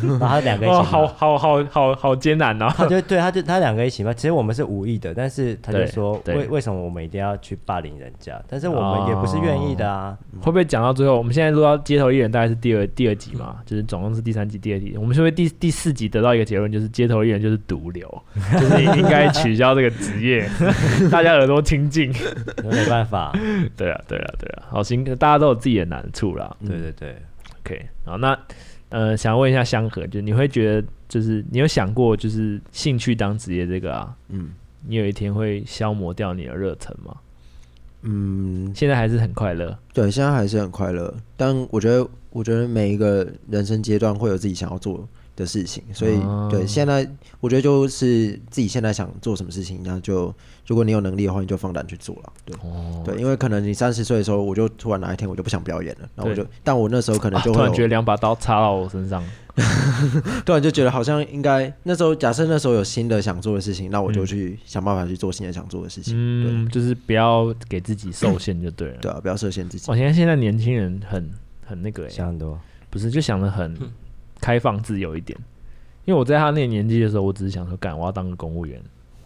Speaker 2: 然后他两个一起
Speaker 1: 哇，
Speaker 2: 骂，
Speaker 1: 好好好好好艰难啊，
Speaker 2: 他就对他就他两个一起骂，其实我们是无意的，但是他就
Speaker 1: 对
Speaker 2: 说
Speaker 1: 对
Speaker 2: 为为什么我们一定要去霸凌人家？但是我们也不
Speaker 1: 哦
Speaker 2: 是愿意 的啊，
Speaker 1: 会不会讲到最后？我们现在录到街头艺人大概是第二第二集嘛，就是总共是第三集、第二集。我们是不是第第四集得到一个结论，就是街头艺人就是毒瘤，就是应该取消这个职 业，大家耳朵清净。
Speaker 2: 那没办法，
Speaker 1: 对啊，对啊，对啊，好心，大家都有自己的难处啦。
Speaker 2: 对对对，
Speaker 1: 嗯 OK，好，那呃，想问一下香河，就是你会觉得，就是你有想过，就是兴趣当职业这个啊，
Speaker 3: 嗯
Speaker 1: 你有一天会消磨掉你的热忱吗？
Speaker 3: 嗯，
Speaker 1: 现在还是很快乐，
Speaker 3: 对，现在还是很快乐，但我觉得我觉得每一个人生阶段会有自己想要做的事情，所以、
Speaker 1: 哦
Speaker 3: 对现在我觉得就是自己现在想做什么事情，那就如果你有能力的话，你就放胆去做了。对、
Speaker 1: 哦，
Speaker 3: 对，因为可能你三十岁的时候，我就突然哪一天我就不想表演了，然后我
Speaker 1: 对
Speaker 3: 就，但我那时候可能
Speaker 1: 啊
Speaker 3: 就
Speaker 1: 突
Speaker 3: 会有、
Speaker 1: 然觉得两把刀插到我身上，
Speaker 3: 突然就觉得好像应该那时候，假设那时候有新的想做的事情，那我就去想办法去做新的想做的事情。
Speaker 1: 嗯，就是不要给自己受限就对了。
Speaker 3: 对啊，不要设限自己。
Speaker 1: 我现在现在年轻人很很那个、欸，
Speaker 2: 想很多，
Speaker 1: 不是就想的很
Speaker 2: 嗯
Speaker 1: 开放自由一点。因为我在他那个年纪的时候，我只是想说，干，我要当个公务员，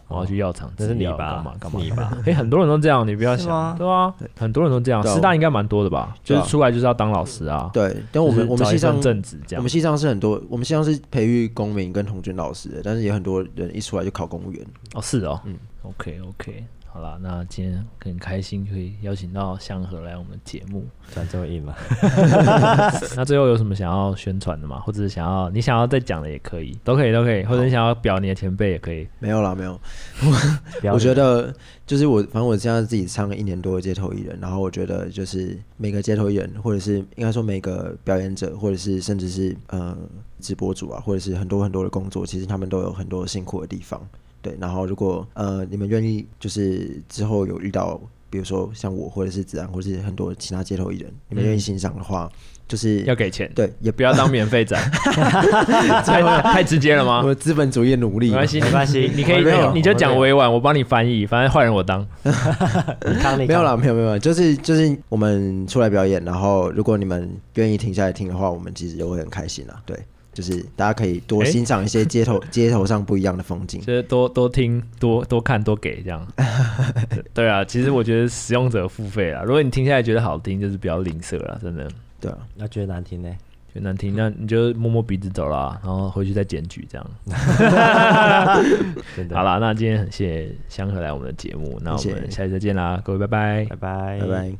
Speaker 1: 我要去药
Speaker 3: 哦
Speaker 1: 厂，
Speaker 2: 这是
Speaker 1: 吃
Speaker 2: 你
Speaker 1: 药
Speaker 2: 吧
Speaker 1: 干嘛干嘛？
Speaker 2: 你吧，
Speaker 1: 哎、很多人都这样，你不要
Speaker 2: 是
Speaker 1: 想
Speaker 2: 吗，
Speaker 1: 对啊，很多人都这样。
Speaker 3: 对啊
Speaker 1: 师大应该蛮多的吧？就
Speaker 3: 对啊
Speaker 1: 是出来就是要当老师啊。
Speaker 3: 对，但
Speaker 1: 就
Speaker 3: 我
Speaker 1: 是
Speaker 3: 们我们
Speaker 1: 找一
Speaker 3: 系上
Speaker 1: 份正职这
Speaker 3: 我
Speaker 1: 样
Speaker 3: 们。系上是很多，我们系上是培育公民跟童军老师的，但是也很多人一出来就考公务员。
Speaker 1: 哦，是哦，嗯，OK OK，好啦，那今天很开心可以邀请到香河来我们节 目。
Speaker 2: 转这么硬嘛，
Speaker 1: 那最后有什么想要宣传的吗？或者是想要你想要再讲的也可以，都可以，都可以。或者你想要表你的前辈也可以。
Speaker 3: 没有啦，没有。
Speaker 2: 不要
Speaker 3: 我觉
Speaker 2: 理
Speaker 3: 得就是我，反正我现在自己唱了一年多的街头艺人，然后我觉得就是每个街头艺人，或者是应该说每个表演者，或者是甚至是呃直播主啊，或者是很多很多的工作，其实他们都有很多辛苦的地方。对，然后如果呃你们愿意，就是之后有遇到，比如说像我，或者是子安，或者是很多其他街头艺人，你们愿意欣赏的话，就是
Speaker 1: 要给钱，
Speaker 3: 对，也
Speaker 1: 不要当免费 仔，太太直接了吗？
Speaker 3: 我资本主义的奴隶
Speaker 1: 没
Speaker 3: 嘛。
Speaker 1: 关系，
Speaker 2: 没关系
Speaker 1: 你你可以
Speaker 3: 我没有，
Speaker 1: 你就
Speaker 2: 我
Speaker 1: 讲
Speaker 2: 没有
Speaker 1: 委婉，我帮你翻译，反正坏人我当。
Speaker 2: 你康你
Speaker 3: 没有
Speaker 2: 康
Speaker 3: 啦，没有没有，就是就是我们出来表演，然后如果你们愿意停下来听的话，我们其实也会很开心啦。对，就是大家可以多
Speaker 1: 诶
Speaker 3: 欣赏一些街头、街头上不一样的风景。
Speaker 1: 就是多多听、多多看、多给 这样。对对啊，其实我觉得使用者付费啊，如果你听下来觉得好听，就是比较吝啬啦，真的。
Speaker 3: 对啊，
Speaker 2: 那觉得难听呢？
Speaker 1: 就难听，那你就摸摸鼻子走啦，然后回去再检举这样。
Speaker 2: 真的，
Speaker 1: 好，啦，那今天很谢谢香河来我们的节目，那我
Speaker 3: 谢谢
Speaker 1: 们下期再见啦，各位，拜拜
Speaker 2: 拜拜，
Speaker 3: 拜拜。